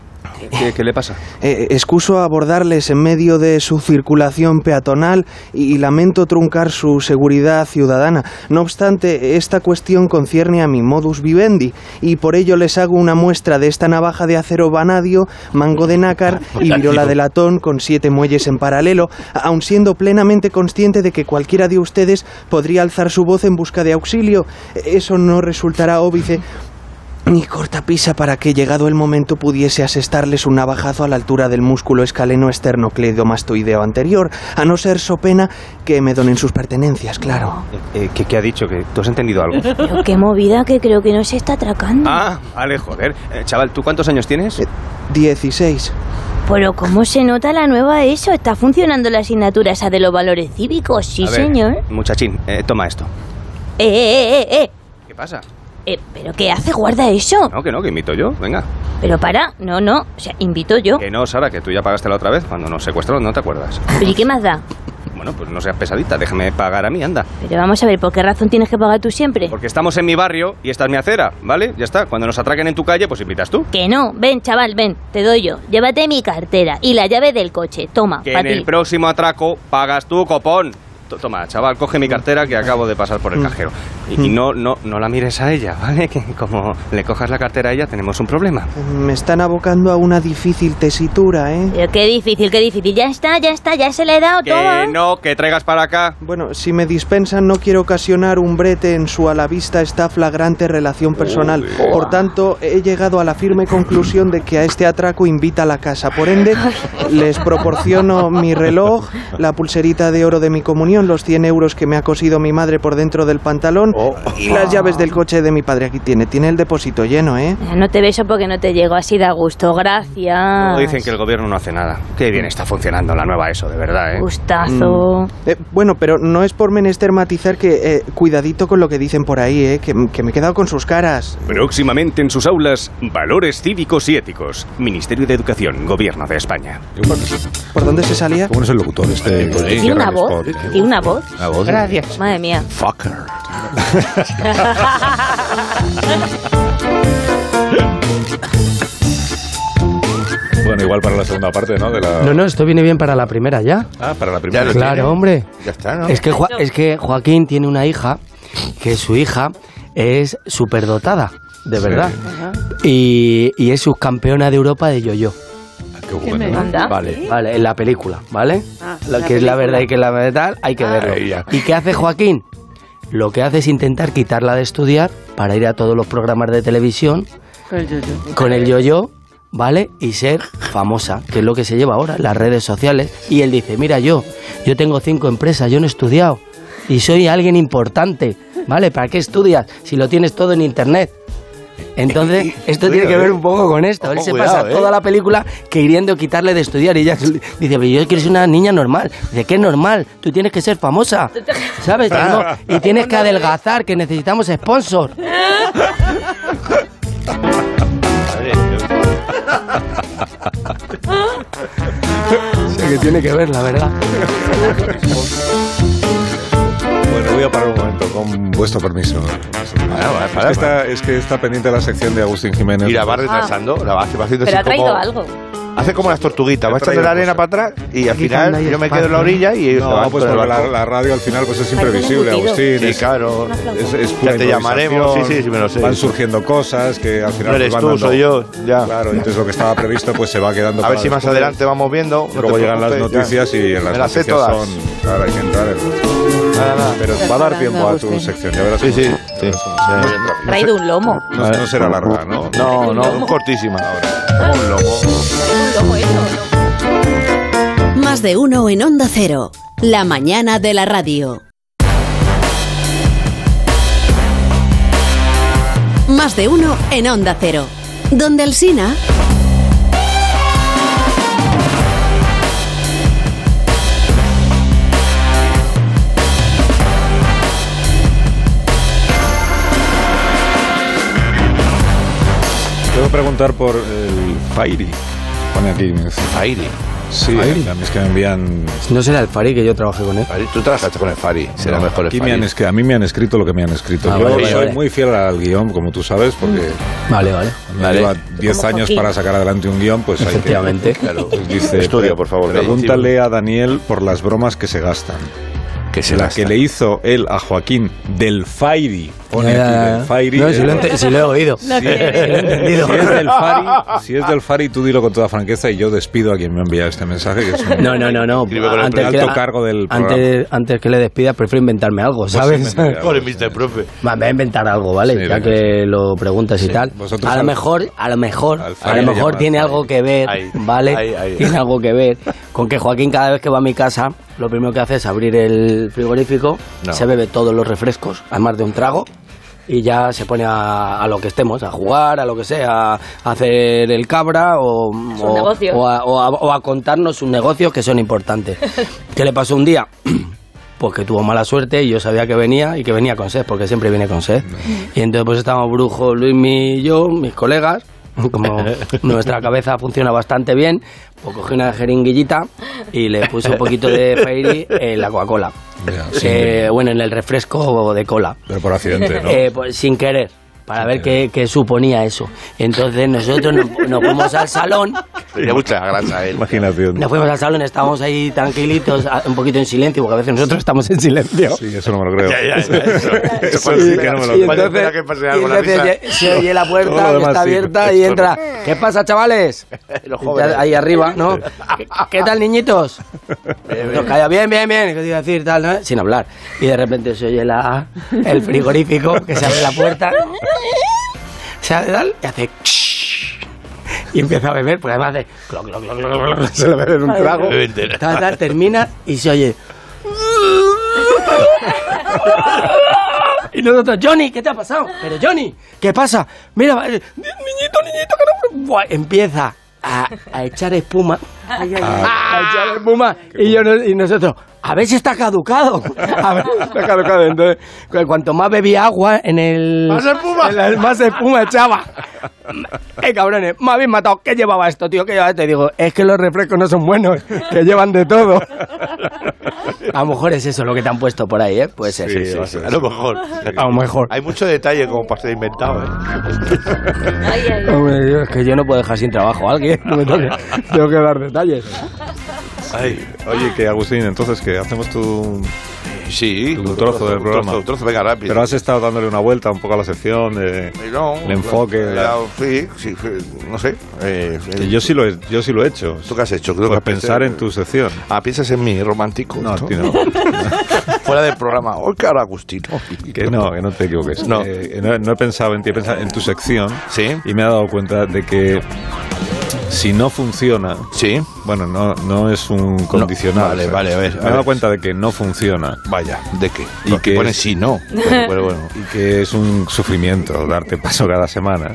S8: ¿Qué, qué le pasa?
S12: Eh, excuso abordarles en medio de su circulación peatonal y, y lamento truncar su seguridad ciudadana. No obstante, esta cuestión concierne a mi modus vivendi y por ello les hago una muestra de esta navaja de acero vanadio, mango de nácar y virola de latón con siete muelles en paralelo, aun siendo plenamente consciente de que cualquiera de ustedes podría alzar su voz en busca de auxilio. Eso no resultará óbice. Ni corta pisa para que, llegado el momento, pudiese asestarles un navajazo a la altura del músculo escaleno esternocleidomastoideo anterior, a no ser so pena que me donen sus pertenencias, claro.
S8: Eh, ¿qué, qué ha dicho? ¿Que ¿Tú has entendido algo?
S2: Pero qué movida que creo que no se está atracando.
S8: Ah, vale, joder. Eh, chaval, ¿tú cuántos años tienes?
S12: 16.
S2: Pero cómo se nota la nueva eso, está funcionando la asignatura esa de los valores cívicos, sí
S8: A ver,
S2: señor.
S8: Muchachín, eh, toma esto.
S2: Eh, eh, eh, eh,
S8: ¿Qué pasa?
S2: eh, pero ¿qué hace? Guarda eso.
S8: No, que no, que invito yo. Venga.
S2: Pero para, no, no, o sea, invito yo.
S8: Que no, Sara, que tú ya pagaste la otra vez cuando nos secuestraron, ¿no te acuerdas?
S2: Pero ¿y qué más da?
S8: Bueno, pues no seas pesadita, déjame pagar a mí, anda.
S2: Pero vamos a ver, ¿por qué razón tienes que pagar tú siempre?
S8: Porque estamos en mi barrio y esta es mi acera, ¿vale? Ya está. Cuando nos atraquen en tu calle, pues invitas tú.
S2: Que no, ven chaval, ven, te doy yo. Llévate mi cartera y la llave del coche, toma,
S8: Que
S2: pa'
S8: en el
S2: ti.
S8: próximo atraco pagas tú, copón. "To- toma, chaval, coge mi cartera que acabo de pasar
S1: Mm.
S8: por el cajero. Y, y no, no, no la mires a ella, ¿vale? Que como le cojas la cartera a ella tenemos un problema.
S1: Mm.
S12: Me están abocando a una difícil tesitura, ¿eh?
S2: Pero qué difícil, qué difícil. Ya está, ya está, ya se le he dado todo.
S8: Que no, que traigas para acá.
S12: Bueno, si me dispensan, no quiero ocasionar un brete en su a la vista está flagrante relación personal. Por tanto, he llegado a la firme conclusión de que a este atraco invita a la casa. Por ende, les proporciono mi reloj, la pulserita de oro de mi comunión, los 100 euros que me ha cosido mi madre por dentro del pantalón
S8: Oh.
S12: y las llaves del coche de mi padre. Aquí tiene, tiene el depósito lleno, ¿eh?
S2: No te beso porque no te llego, así da gusto. Gracias.
S8: Luego dicen que el gobierno no hace nada. Qué bien está funcionando la nueva eso, de verdad, ¿eh?
S2: Gustazo.
S12: Eh, bueno, pero no es por menester matizar que eh, cuidadito con lo que dicen por ahí, eh, que, que me he quedado con sus caras.
S8: Próximamente en sus aulas, valores cívicos y éticos. Ministerio de Educación, Gobierno de España.
S12: ¿Por dónde se salía?
S1: ¿Cómo es el locutor este?
S8: Pues
S1: Qué
S2: Tiene una
S1: gran
S2: voz.
S1: spot, eh.
S2: Tiene una voz.
S1: Una voz.
S2: Madre mía.
S1: Fucker. Bueno, igual para la segunda parte, ¿no? De la...
S7: No, no, esto viene bien para la primera ya.
S1: Ah, para la primera.
S7: claro, hombre.
S1: Ya está, ¿no?
S7: Es que, Joa- es que Joaquín tiene una hija, que su hija es superdotada, de
S1: Sí.
S7: verdad. Y, y es subcampeona de Europa de yo-yo.
S11: ¿Qué me anda?
S7: Vale, vale, en la película, ¿vale?
S11: Ah,
S7: Lo
S11: la
S7: que es
S11: película.
S7: la
S11: Ah.
S7: verdad y que es la verdad, hay que verlo. ¿Y qué hace Joaquín? Lo que hace es intentar quitarla de estudiar para ir a todos los programas de televisión
S11: Con el yo-yo.
S7: con el yo-yo, ¿vale? Y ser famosa, que es lo que se lleva ahora, las redes sociales. Y él dice, mira yo, yo tengo cinco empresas, yo no he estudiado. Y soy alguien importante, ¿vale? ¿Para qué estudias si lo tienes todo en internet? Entonces, esto tiene que ver un poco con esto. Él
S8: Ojo,
S7: se
S8: cuidado,
S7: pasa
S8: ¿eh?
S7: toda la película queriendo quitarle de estudiar. Y ella dice, pero yo quiero ser una niña normal. ¿De qué normal? Tú tienes que ser famosa, ¿sabes?
S8: Claro.
S7: Y tienes que adelgazar, que necesitamos sponsor. Sí, que tiene que ver, la verdad.
S1: Bueno, voy a parar un momento, con vuestro permiso. es, que está, es que está pendiente la sección de Agustín Jiménez.
S3: Y la
S8: Ah.
S3: va retrasando, la va, va haciendo así como... Hace como las tortuguitas, va
S1: He
S3: echando
S1: traído
S3: la arena
S1: cosas.
S3: para atrás y al
S1: Aquí
S3: final
S1: anda y
S3: yo me
S1: espacio.
S3: quedo en la orilla y ellos se
S1: No, pues
S3: van por el
S1: porque la,
S3: balcón.
S1: la radio al final pues es
S3: Parece
S1: imprevisible,
S3: un embutido.
S1: Agustín.
S3: Sí,
S1: es,
S3: claro.
S1: Es, es
S3: Ya
S1: pura
S3: te llamaremos,
S1: improvisación,
S3: sí, sí, sí, me lo sé.
S1: Van surgiendo cosas que al final... pues,
S3: No eres
S1: van
S3: tú,
S1: dando-
S3: soy yo, ya.
S1: Claro, entonces lo que estaba previsto pues se va quedando
S3: A ver
S1: para
S3: si más
S1: después.
S3: adelante vamos viendo. no
S1: Luego
S3: te
S1: llegan las
S3: preocupes, ya.
S1: noticias y en las
S3: Me las sé
S1: noticias
S3: todas.
S1: son... Claro, hay que entrar en- Pero va a dar tiempo a tu sección, ya verás.
S3: Sí, sí, sí.
S2: Traído un lomo.
S1: No, no será larga, ¿no?
S3: No, no, cortísima.
S1: Un lobo.
S5: Más de uno en Onda Cero. La mañana de la radio. Más de uno en Onda Cero. Donde el Sina.
S1: Debo preguntar por el Fairy. Pone aquí.
S3: Fairy.
S1: Sí, a mí es que me envían.
S7: No será el Fari que yo trabajé con él.
S3: Tú trabajaste con el Fari, será
S1: No,
S3: mejor el
S1: aquí me
S3: Fari.
S1: han escri- a mí me han escrito lo que me han escrito.
S3: Ah,
S1: Yo
S3: vale, vale,
S1: soy
S3: vale. Mm.
S1: muy fiel al guión, como tú sabes, porque
S7: Vale, vale.
S1: me lleva 10
S3: Como
S1: años
S3: Joaquín.
S1: para sacar adelante un guión, pues hay que-
S7: Efectivamente.
S1: Claro, pues dice,
S3: Estudia,
S1: pre-
S3: por favor,
S1: Pregúntale a Daniel por las bromas que se gastan.
S3: Que
S1: se la que le hizo él a Joaquín del Fairy. Pone
S7: Ya, ya,
S1: aquí ¿eh?
S7: ya.
S1: del Fairy.
S7: No, si lo he ente- si lo he oído.
S1: Si,
S7: La
S1: si
S7: tiene.
S1: es del Fairy, si es del Fairy, tú dilo con toda franqueza y yo despido a quien me ha enviado este mensaje. Que es un-
S7: No, no, no, no.
S1: alto cargo del
S7: antes, antes que le despida, prefiero inventarme algo, ¿sabes?
S3: Con el Mr. Profe.
S7: Va, me voy a inventar algo, ¿vale? ya
S3: venga.
S7: que lo preguntas y
S3: Sí,
S7: tal.
S3: vosotros
S7: A lo
S3: al-
S7: mejor, a lo mejor, a
S3: Fari
S7: lo
S3: le
S7: mejor
S3: llamas,
S7: tiene algo que ver, ¿vale?
S3: ahí, ahí.
S7: Tiene algo que ver con que Joaquín cada vez que va a mi casa, lo primero que hace es abrir el frigorífico,
S3: No.
S7: se bebe todos los refrescos, además de un trago. Y ya se pone a, a lo que estemos, a jugar, a lo que sea, a hacer el cabra o, o-
S13: negocio.
S7: o a, o a- o a contarnos sus negocios que son importantes. ¿Qué le pasó un día? Pues que tuvo mala suerte y yo sabía que venía y que venía con sed, porque siempre viene con sed. Y entonces pues estábamos Brujo, Luismi y yo, mis colegas, como nuestra cabeza funciona bastante bien, pues cogí una jeringuillita y le puse un poquito de Fairy en la Coca-Cola.
S1: Ya, sí.
S7: Eh, bueno, en el refresco de cola.
S1: Pero por accidente, ¿no?
S7: Eh, pues, sin querer. para ver qué, qué suponía eso. Entonces nosotros nos, nos fuimos al salón
S3: Tenía mucha grasa él.
S1: Imaginación.
S7: nos fuimos al salón, estábamos ahí tranquilitos, a- un poquito en silencio, porque a veces nosotros estamos en silencio.
S1: Sí, eso no me lo creo.
S3: Ya, ya, ya, eso- eso
S1: Sí,
S3: parece que
S1: claro,
S3: no me lo
S1: sí,
S3: cuento.
S1: entonces-
S3: Espera que pase
S7: Y
S3: algo, la
S7: entonces
S3: risa.
S7: ya- se oye la
S3: Todo
S7: puerta,
S3: lo
S7: que
S3: demás,
S7: está
S3: sí.
S7: abierta y
S3: Eso-
S7: entra. ¿Qué pasa, chavales?
S3: Los
S7: Y
S3: jóvenes.
S7: ya Ahí arriba, ¿no? ¿Qué- ¿Qué tal, niñitos?
S3: Eh,
S7: Nos calla bien, bien, bien. ¿Qué te iba a decir? Tal, ¿no? Sin hablar. Y de repente se oye la, el frigorífico que se abre la puerta. Se abre tal y hace. Y empieza a beber, porque además hace. cloc, cloc, cloc, cloc, cloc, cloc, Se lo bebe en un trago.
S3: Bebe entera.
S7: Tal, tal, termina y se oye. Y nosotros, Johnny, ¿qué te ha pasado? Pero Johnny, ¿qué pasa? Mira, va- eh, niñito, niñito, que no... Buah, empieza a, a echar espuma.
S3: Ah.
S7: A echar espuma. Y, yo, no- y nosotros, a ver si está caducado. A ver si está caducado. Entonces, cu- cuanto más bebía agua en el...
S3: Más espuma.
S7: en la- más espuma echaba. Eh, cabrones, me habéis matado. ¿Qué llevaba esto, tío? ¿Qué llevaba esto? Y digo, es que los refrescos no son buenos, que llevan de todo. A lo mejor es eso lo que te han puesto por ahí, ¿eh? Puede ser.
S3: Sí, sí, a lo mejor.
S7: A lo mejor.
S3: Hay mucho detalle como para ser inventado. ¿eh?
S7: Hombre, yo- es que yo no puedo dejar sin trabajo a alguien. no me toque. Tengo que dar detalles.
S1: Ay, oye, que Agustín, entonces que hacemos tu,
S3: Sí,
S1: tu trozo del
S3: tu
S1: programa.
S3: trozo, trozo, venga, rápido.
S1: Pero has estado dándole una vuelta un poco a la sección, de,
S3: No, pues,
S1: el enfoque.
S3: la-
S1: la-
S3: sí, sí, sí, no sé. eh,
S1: que yo sí lo he, yo sí lo he hecho.
S3: ¿Tú qué has hecho? Creo
S1: Pues
S3: que has
S1: pensar
S3: pensado-
S1: en tu sección.
S3: Ah, piensas en mí, romántico.
S1: No,
S3: ¿no?
S1: tío, no.
S3: Fuera del programa. Oh, qué ahora Agustino.
S1: Que no, que no te equivoques.
S3: No.
S1: Eh, no, no he pensado en ti, he pensado en tu sección.
S3: Sí.
S1: Y me he dado cuenta de que si no funciona.
S3: Sí.
S1: Bueno, no, no es un condicional.
S3: Vale,
S1: o sea,
S3: vale, a ver,
S1: Me
S3: a
S1: he dado
S3: ver.
S1: cuenta de que no funciona.
S3: Vaya, ¿de qué?
S1: Y
S3: Porque
S1: que
S3: pone
S1: es-
S3: sí, no. Bueno, bueno, bueno.
S1: Y que es un sufrimiento darte paso cada semana.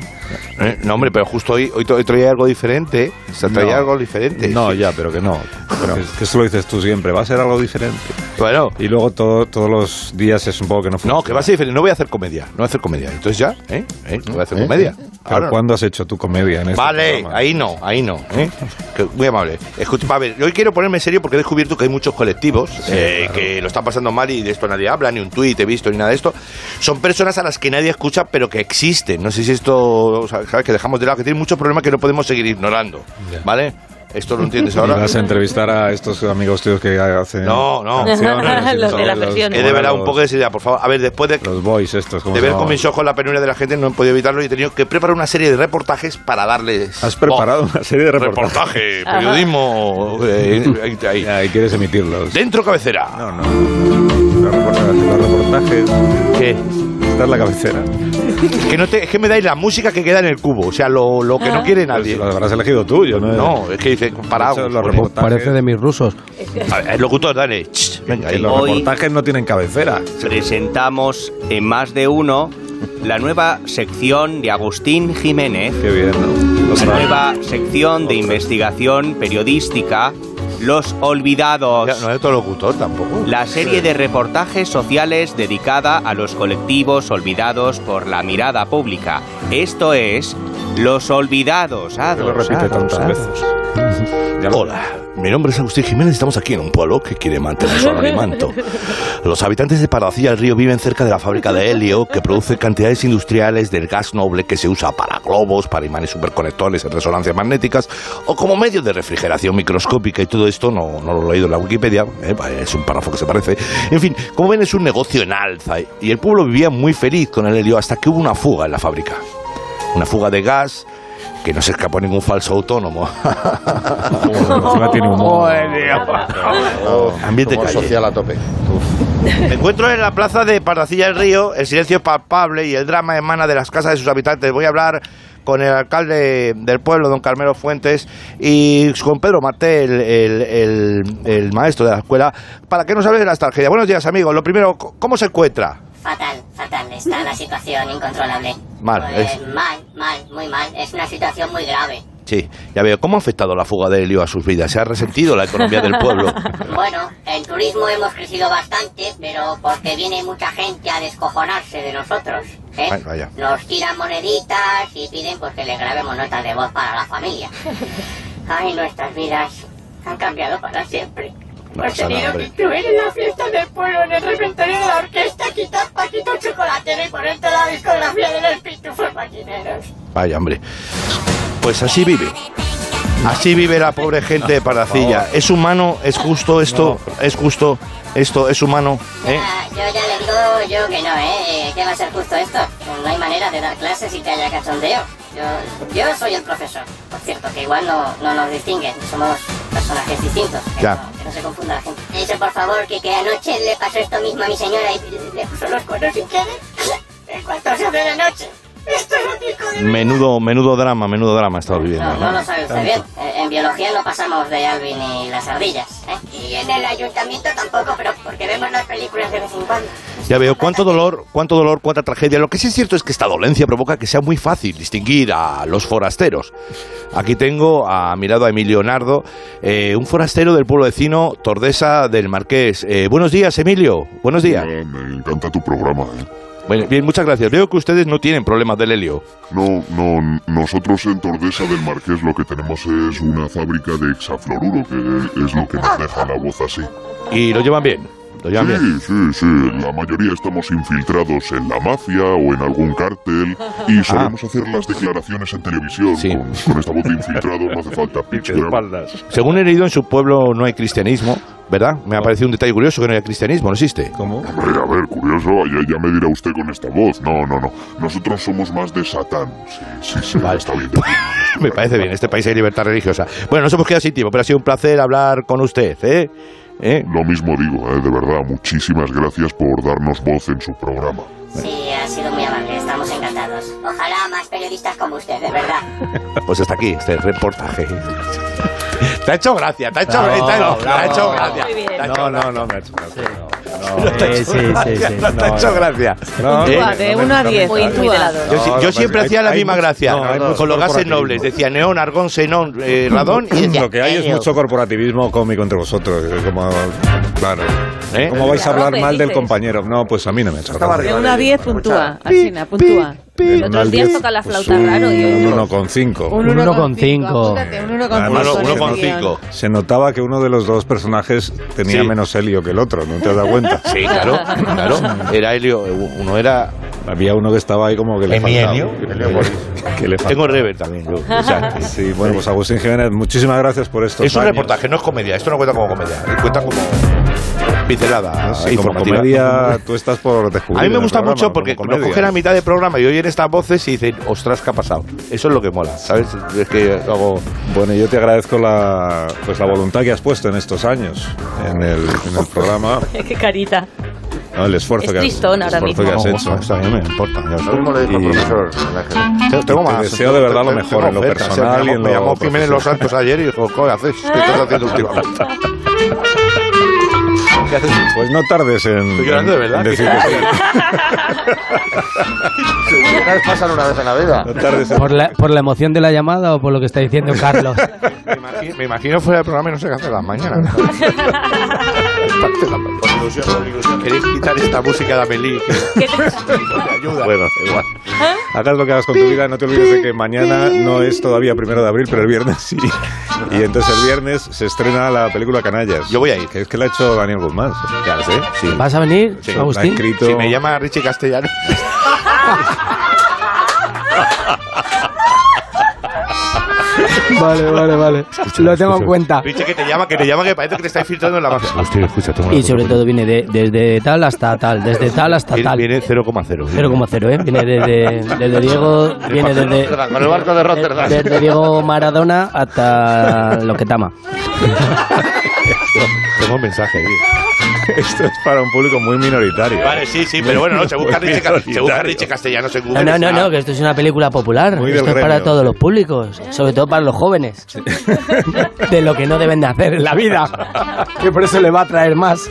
S3: Eh, No, hombre, pero justo hoy, hoy, tra- hoy traía algo diferente. O sea, traía
S1: No.
S3: algo diferente.
S1: No, ya, pero que no. Que, que eso lo dices tú siempre. Va a ser algo diferente.
S3: Bueno,
S1: Y luego todo- todos los días es un poco que no funciona.
S3: no, que va a ser diferente. No voy a hacer comedia. No voy a hacer comedia. Entonces ya, ¿eh? ¿Eh? No voy a hacer comedia.
S1: Pero
S3: Ahora no.
S1: ¿cuándo has hecho tu comedia en este
S3: Vale,
S1: programa?
S3: ahí no, ahí no. ¿eh? Que- Muy amable. Escucha, a ver, yo hoy quiero ponerme en serio porque he descubierto que hay muchos colectivos eh, que lo están pasando mal y de esto nadie habla, ni un tuit he visto, ni nada de esto. Son personas a las que nadie escucha, pero que existen. No sé si esto, o sea, ¿sabes? Que dejamos de lado, que tienen muchos problemas que no podemos seguir ignorando. ¿Vale? Esto lo entiendes
S1: ¿Y
S3: ahora.
S1: vas a entrevistar a estos amigos tuyos que hacen.
S3: No, no.
S1: canciones y
S11: Los de las
S1: los-
S11: versiones.
S3: He de verdad un
S1: los-
S3: poco de seriedad, por favor. A ver, después de,
S1: Los boys estos. ¿cómo
S3: de
S1: se
S3: ver
S1: llamaban?
S3: con mis ojos la penuria de la gente, no he podido evitarlo y he tenido que preparar una serie de reportajes para darles.
S1: Has preparado
S3: voz.
S1: una serie de reportajes.
S3: reportaje, periodismo. eh, ahí- ahí.
S1: Ya, y quieres emitirlos.
S3: Dentro cabecera.
S1: No, no. Los reportajes, los reportajes.
S3: ¿Qué?
S1: Esta es la cabecera.
S3: Que no te, es que me dais la música que queda en el cubo. O sea, lo, lo que no quiere nadie.
S1: Lo habrás elegido tú, yo no. he-
S3: No, es que dice, para
S1: Eso, los
S14: Pues
S3: vamos,
S1: reportajes- Parece de
S7: mis rusos.
S3: A ver, El locutor, dale. Ch, venga,
S1: que
S3: ahí.
S1: los
S8: Hoy-
S1: reportajes no tienen cabecera.
S8: Presentamos en más de uno la nueva sección de Agustín Jiménez,
S1: Qué bien, ¿no?
S8: la
S1: Otra-
S8: nueva sección de
S1: Otra.
S8: investigación periodística Los Olvidados.
S3: Ya, no es otro locutor tampoco.
S8: La serie de reportajes sociales dedicada a los colectivos olvidados por la mirada pública. Esto es Los Olvidados. Ah,
S1: Que lo repite tantas veces. Ya lo-
S3: Hola, mi nombre es Agustín Jiménez. Estamos aquí en un pueblo que quiere mantener su anonimato. Los habitantes de Paradocilla del Río viven cerca de la fábrica de helio que produce cantidades industriales del gas noble que se usa para globos, para imanes superconectores en resonancias magnéticas o como medio de refrigeración microscópica. Y todo esto no, no lo he leído en la Wikipedia, eh, es un párrafo que se parece. En fin, como ven, es un negocio en alza y el pueblo vivía muy feliz con el helio hasta que hubo una fuga en la fábrica. Una fuga de gas que no se escapó a ningún falso autónomo.
S1: Encima tiene humor.
S3: Ah, Ambiente
S4: Humor
S3: calle.
S4: social a tope.
S3: Me encuentro en la plaza de Pardacilla del Río. El silencio es palpable y el drama emana de las casas de sus habitantes. Voy a hablar con el alcalde del pueblo, don Carmelo Fuentes, y con Pedro Marté, el, el- el- el maestro de la escuela, para que nos hable de las tragedias. Buenos días, amigos. Lo primero, c- ¿cómo se encuentra?
S13: Fatal, fatal. Está la situación incontrolable.
S3: Mal,
S13: Pues,
S3: es-
S13: Mal, mal, muy mal. Es una situación muy grave.
S3: Sí, ya veo. ¿Cómo ha afectado la fuga de helio a sus vidas? ¿Se ha resentido la economía del pueblo?
S13: Bueno, en turismo hemos crecido bastante, pero porque viene mucha gente a descojonarse de nosotros. ¿eh?
S3: Ay, vaya.
S13: Nos tiran moneditas y piden pues, que le grabemos notas de voz para la familia. Ay, nuestras vidas han cambiado para siempre.
S3: No
S13: Hemos
S3: pasa nada,
S13: tenido
S3: hombre.
S13: que incluir en la fiesta del pueblo, en el repertorio de la orquesta, quitar Paquito Chocolatero y poner toda la discografía del hospital. patineros.
S3: Vaya, hombre. Pues así vive. Así vive la pobre gente de Paracilla. ¿Es humano? ¿Es justo esto? ¿Es justo esto? ¿Es humano? ¿Eh?
S13: Ah, Yo ya le digo yo que no, ¿eh? ¿Qué va a ser justo esto? Pues No hay manera de dar clases y que haya cachondeo. Yo, yo soy el profesor, por cierto, que igual no, no nos distinguen, somos personajes distintos, que,
S3: Ya.
S13: No, que no se confunda la gente. Dice, por favor, que, que anoche le pasó esto mismo a mi señora y le puso los cuernos sin querer. En cuanto a de la noche. Esto es un disco de...
S3: Menudo, menudo drama, menudo drama estado viviendo.
S13: No, no lo sabe usted bien. Eh, En biología no pasamos de Alvin y las ardillas. ¿eh? Y en el ayuntamiento tampoco, pero porque vemos las películas de vez en cuando.
S3: Ya veo cuánto dolor, cuánto dolor, cuánta tragedia. Lo que sí es cierto es que esta dolencia provoca que sea muy fácil distinguir a los forasteros. Aquí tengo a mirado a Emilio Nardo, eh, un forastero del pueblo vecino Tordesa del Marqués. Eh, buenos días, Emilio. Buenos días.
S15: Me encanta tu programa. ¿eh?
S3: Bueno, bien, muchas gracias. Veo que ustedes no tienen problemas del helio.
S15: No, no, n- nosotros en Tordesa del Marqués lo que tenemos es una fábrica de hexafluoruro, que es lo que nos deja la voz así.
S3: Y lo llevan bien. Lo llevan bien.
S15: Sí, sí, sí. La mayoría estamos infiltrados en la mafia o en algún cártel
S3: Ah.
S15: y solemos hacer las declaraciones en televisión con, con esta voz de infiltrado, no hace falta pitch grab.
S3: Según he leído, en su pueblo no hay cristianismo, ¿verdad? Me ha parecido un detalle curioso que no haya cristianismo, no existe.
S1: ¿Cómo?
S15: Hombre, a ver, curioso, ya, ya me dirá usted con esta voz. No, no, no. Nosotros somos más de Satán. Sí, sí, sí. Está bien.
S3: Me parece bien, este país hay libertad religiosa. Bueno, nos hemos quedado sin tiempo, pero ha sido un placer hablar con usted, ¿eh? ¿Eh?
S15: Lo mismo digo, eh, de verdad, muchísimas gracias por darnos voz en su programa.
S13: Sí, ha sido muy amable, estamos encantados. Ojalá más periodistas como usted, de verdad.
S3: Pues hasta aquí este reportaje. Te ha hecho gracia, te ha hecho,
S16: No,
S3: te ha-
S16: no,
S3: te ha hecho
S16: no.
S3: gracia.
S16: Muy bien.
S3: te ha hecho
S1: No, no,
S3: gracia.
S1: no me ha hecho gracia.
S3: No, no te ha hecho gracia, no te ha hecho gracia. Eh,
S16: Puntúa, de uno a diez,
S1: Muy
S16: puntúa.
S3: Yo, sí-
S1: No,
S3: yo
S1: no,
S3: siempre
S1: hay-
S3: hacía la
S1: hay
S3: misma
S1: mucho-
S3: gracia
S1: no, hay mucho
S3: con los gases
S1: corporativismo.
S3: nobles. Decía neón, argón, xenón, eh, radón y decía,
S1: Lo que hay es
S3: helio.
S1: mucho corporativismo cómico entre vosotros. es Como, claro. ¿Cómo vais a hablar
S11: Rompe,
S1: mal del
S11: dices.
S1: compañero? No, pues a mí no me ha hecho gracia.
S11: De 1 a 10 puntúa, Alcina, puntúa.
S1: Del
S11: El
S1: uno
S11: otro
S1: al
S11: día
S1: diez,
S11: toca la
S1: pues
S11: flauta raro y hoy
S1: Un
S11: no.
S1: 1,5.
S11: Un
S1: Un
S11: 1,5.
S1: Apúntate, Además,
S3: uno
S1: se
S3: con
S1: not-
S3: cinco.
S1: Se notaba que uno de los dos personajes tenía
S3: Sí.
S1: menos helio que el otro, ¿no te has dado cuenta?
S3: Sí, claro, claro. Era helio, uno era...
S1: Había uno que estaba ahí como que le faltaba.
S3: Emienio.
S1: Que le faltaba.
S3: Tengo rever también. yo, o sea,
S1: Sí, bueno, pues Agustín Jiménez, muchísimas gracias por estos
S3: es un
S1: años.
S3: reportaje, no es comedia. Esto no cuenta como comedia. Cuenta como pincelada
S1: Sí, Ah, como
S3: informativa.
S1: comedia, tú estás por descubrir.
S3: A mí
S1: en
S3: me
S1: el
S3: gusta
S1: programa,
S3: mucho
S1: como
S3: porque nos
S1: comedia.
S3: cogen a mitad de programa y oyen estas voces y dicen, ostras, ¿qué ha pasado? Eso es lo que mola, ¿sabes? Es que hago...
S1: Bueno, yo te agradezco la, pues, la voluntad que has puesto en estos años en el, en el programa,
S11: Qué carita.
S1: ¿no? el esfuerzo
S11: Es
S1: que has,
S11: tristón
S1: el
S11: ahora
S1: esfuerzo
S11: mismo.
S1: que has hecho.
S3: Pues a mí me importa.
S4: Lo mismo le dijo el
S1: Y-
S4: profesor.
S3: Tengo- tengo
S1: Te
S3: más.
S1: deseo de verdad lo
S3: Tengo
S1: mejor en lo
S3: ofertas.
S1: personal
S3: Sí,
S1: y
S3: me
S1: en
S3: llamó-
S1: lo
S3: Me llamó Jiménez
S1: profesional.
S3: Los Santos ayer y dijo, ¿qué haces? ¿Qué estás haciendo últimamente? ¿Qué haces?
S1: Pues no tardes en,
S3: Estoy llorando de
S1: en-
S3: verdad.
S1: en decir que sí.
S4: Las pasan una vez en la vida.
S14: ¿Por la, ¿Por la emoción de la llamada o por lo que está diciendo Carlos?
S3: Me imagino, me imagino fuera del programa y no sé qué hacer las mañanas. Por ilusión, por ilusión. ¿Queréis quitar esta música de Amelie? Que que ayuda.
S1: Bueno, da igual. Hagas lo que hagas con tu vida, no te olvides de que mañana no es todavía primero de abril, pero el viernes sí. Y entonces el viernes se estrena la película Canallas. Yo voy a ir. Que es que la ha hecho Daniel Guzmán.
S3: Ya lo sé. Sí.
S14: ¿Vas a venir,
S1: Sí,
S14: Agustín?
S1: la ha escrito-
S3: Si me llama Richie Castellano.
S14: Vale, vale, vale. Lo tengo en cuenta.
S3: Richie, que te llama, que te llama, que parece que te está infiltrando en
S1: Ah,
S3: la mafia. Hostia, escucha, tengo
S14: Y sobre todo viene de- desde tal hasta tal, desde tal hasta tal.
S3: Viene 0,0.
S14: 0,0, ¿eh? Viene desde, desde Diego... Viene desde,
S4: Con el barco de Rotterdam.
S14: desde Diego Maradona hasta lo que tama.
S3: Tengo un mensaje.
S1: Esto es para un público muy minoritario.
S3: Vale, sí, sí, pero bueno, no, se busca
S1: Muy
S3: Richie, Ca- se busca
S1: minoritario.
S3: Richie Castellano Ah. en
S14: No, no,
S3: Google.
S14: no, no, que esto es una película popular.
S1: Muy del
S14: Esto es para
S1: gremio.
S14: todos los públicos, sobre todo para los jóvenes. De lo que no deben de hacer en la vida. Que por eso le va a traer más.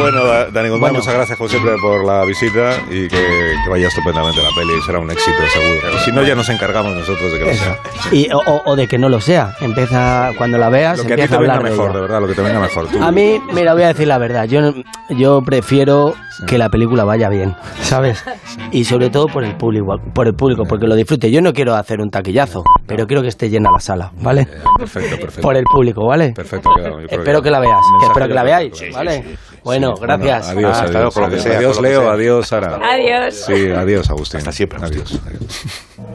S1: Bueno, Da- Dani Guzmán, muchas gracias como siempre por la visita y que, que vaya estupendamente la peli. Será un éxito, seguro. Y si no, ya nos encargamos nosotros de que lo sea.
S14: Y, o, o- o de que no lo sea. Empieza, cuando la veas,
S1: Lo que a ti
S14: empieza
S1: te
S14: a
S1: venga
S14: hablar de
S1: mejor,
S14: ella. Ah,
S1: de verdad, lo que te venga mejor. Tú.
S14: A mí, mira, voy a decir la verdad. Yo, no- yo prefiero que la película vaya bien, ¿sabes? Y sobre todo por el público, por el público, porque lo disfrute. Yo no quiero hacer un taquillazo, pero quiero que esté llena la sala, ¿vale?
S1: Perfecto, perfecto.
S14: Por el público, ¿vale?
S1: Perfecto, quedado, yo creo
S14: Espero que la veas, que
S1: Mensaje
S14: espero que la
S1: perfecto,
S14: veáis,
S1: claro.
S14: ¿vale?
S7: Bueno, gracias.
S1: Bueno, adiós,
S7: Ah,
S1: adiós,
S7: hasta luego, por lo que
S1: adiós.
S7: sea,
S1: Adiós,
S7: por lo que
S1: Leo,
S7: sea.
S1: adiós, Sara.
S7: Adiós.
S1: Sí, adiós, Agustín. Hasta siempre. adiós.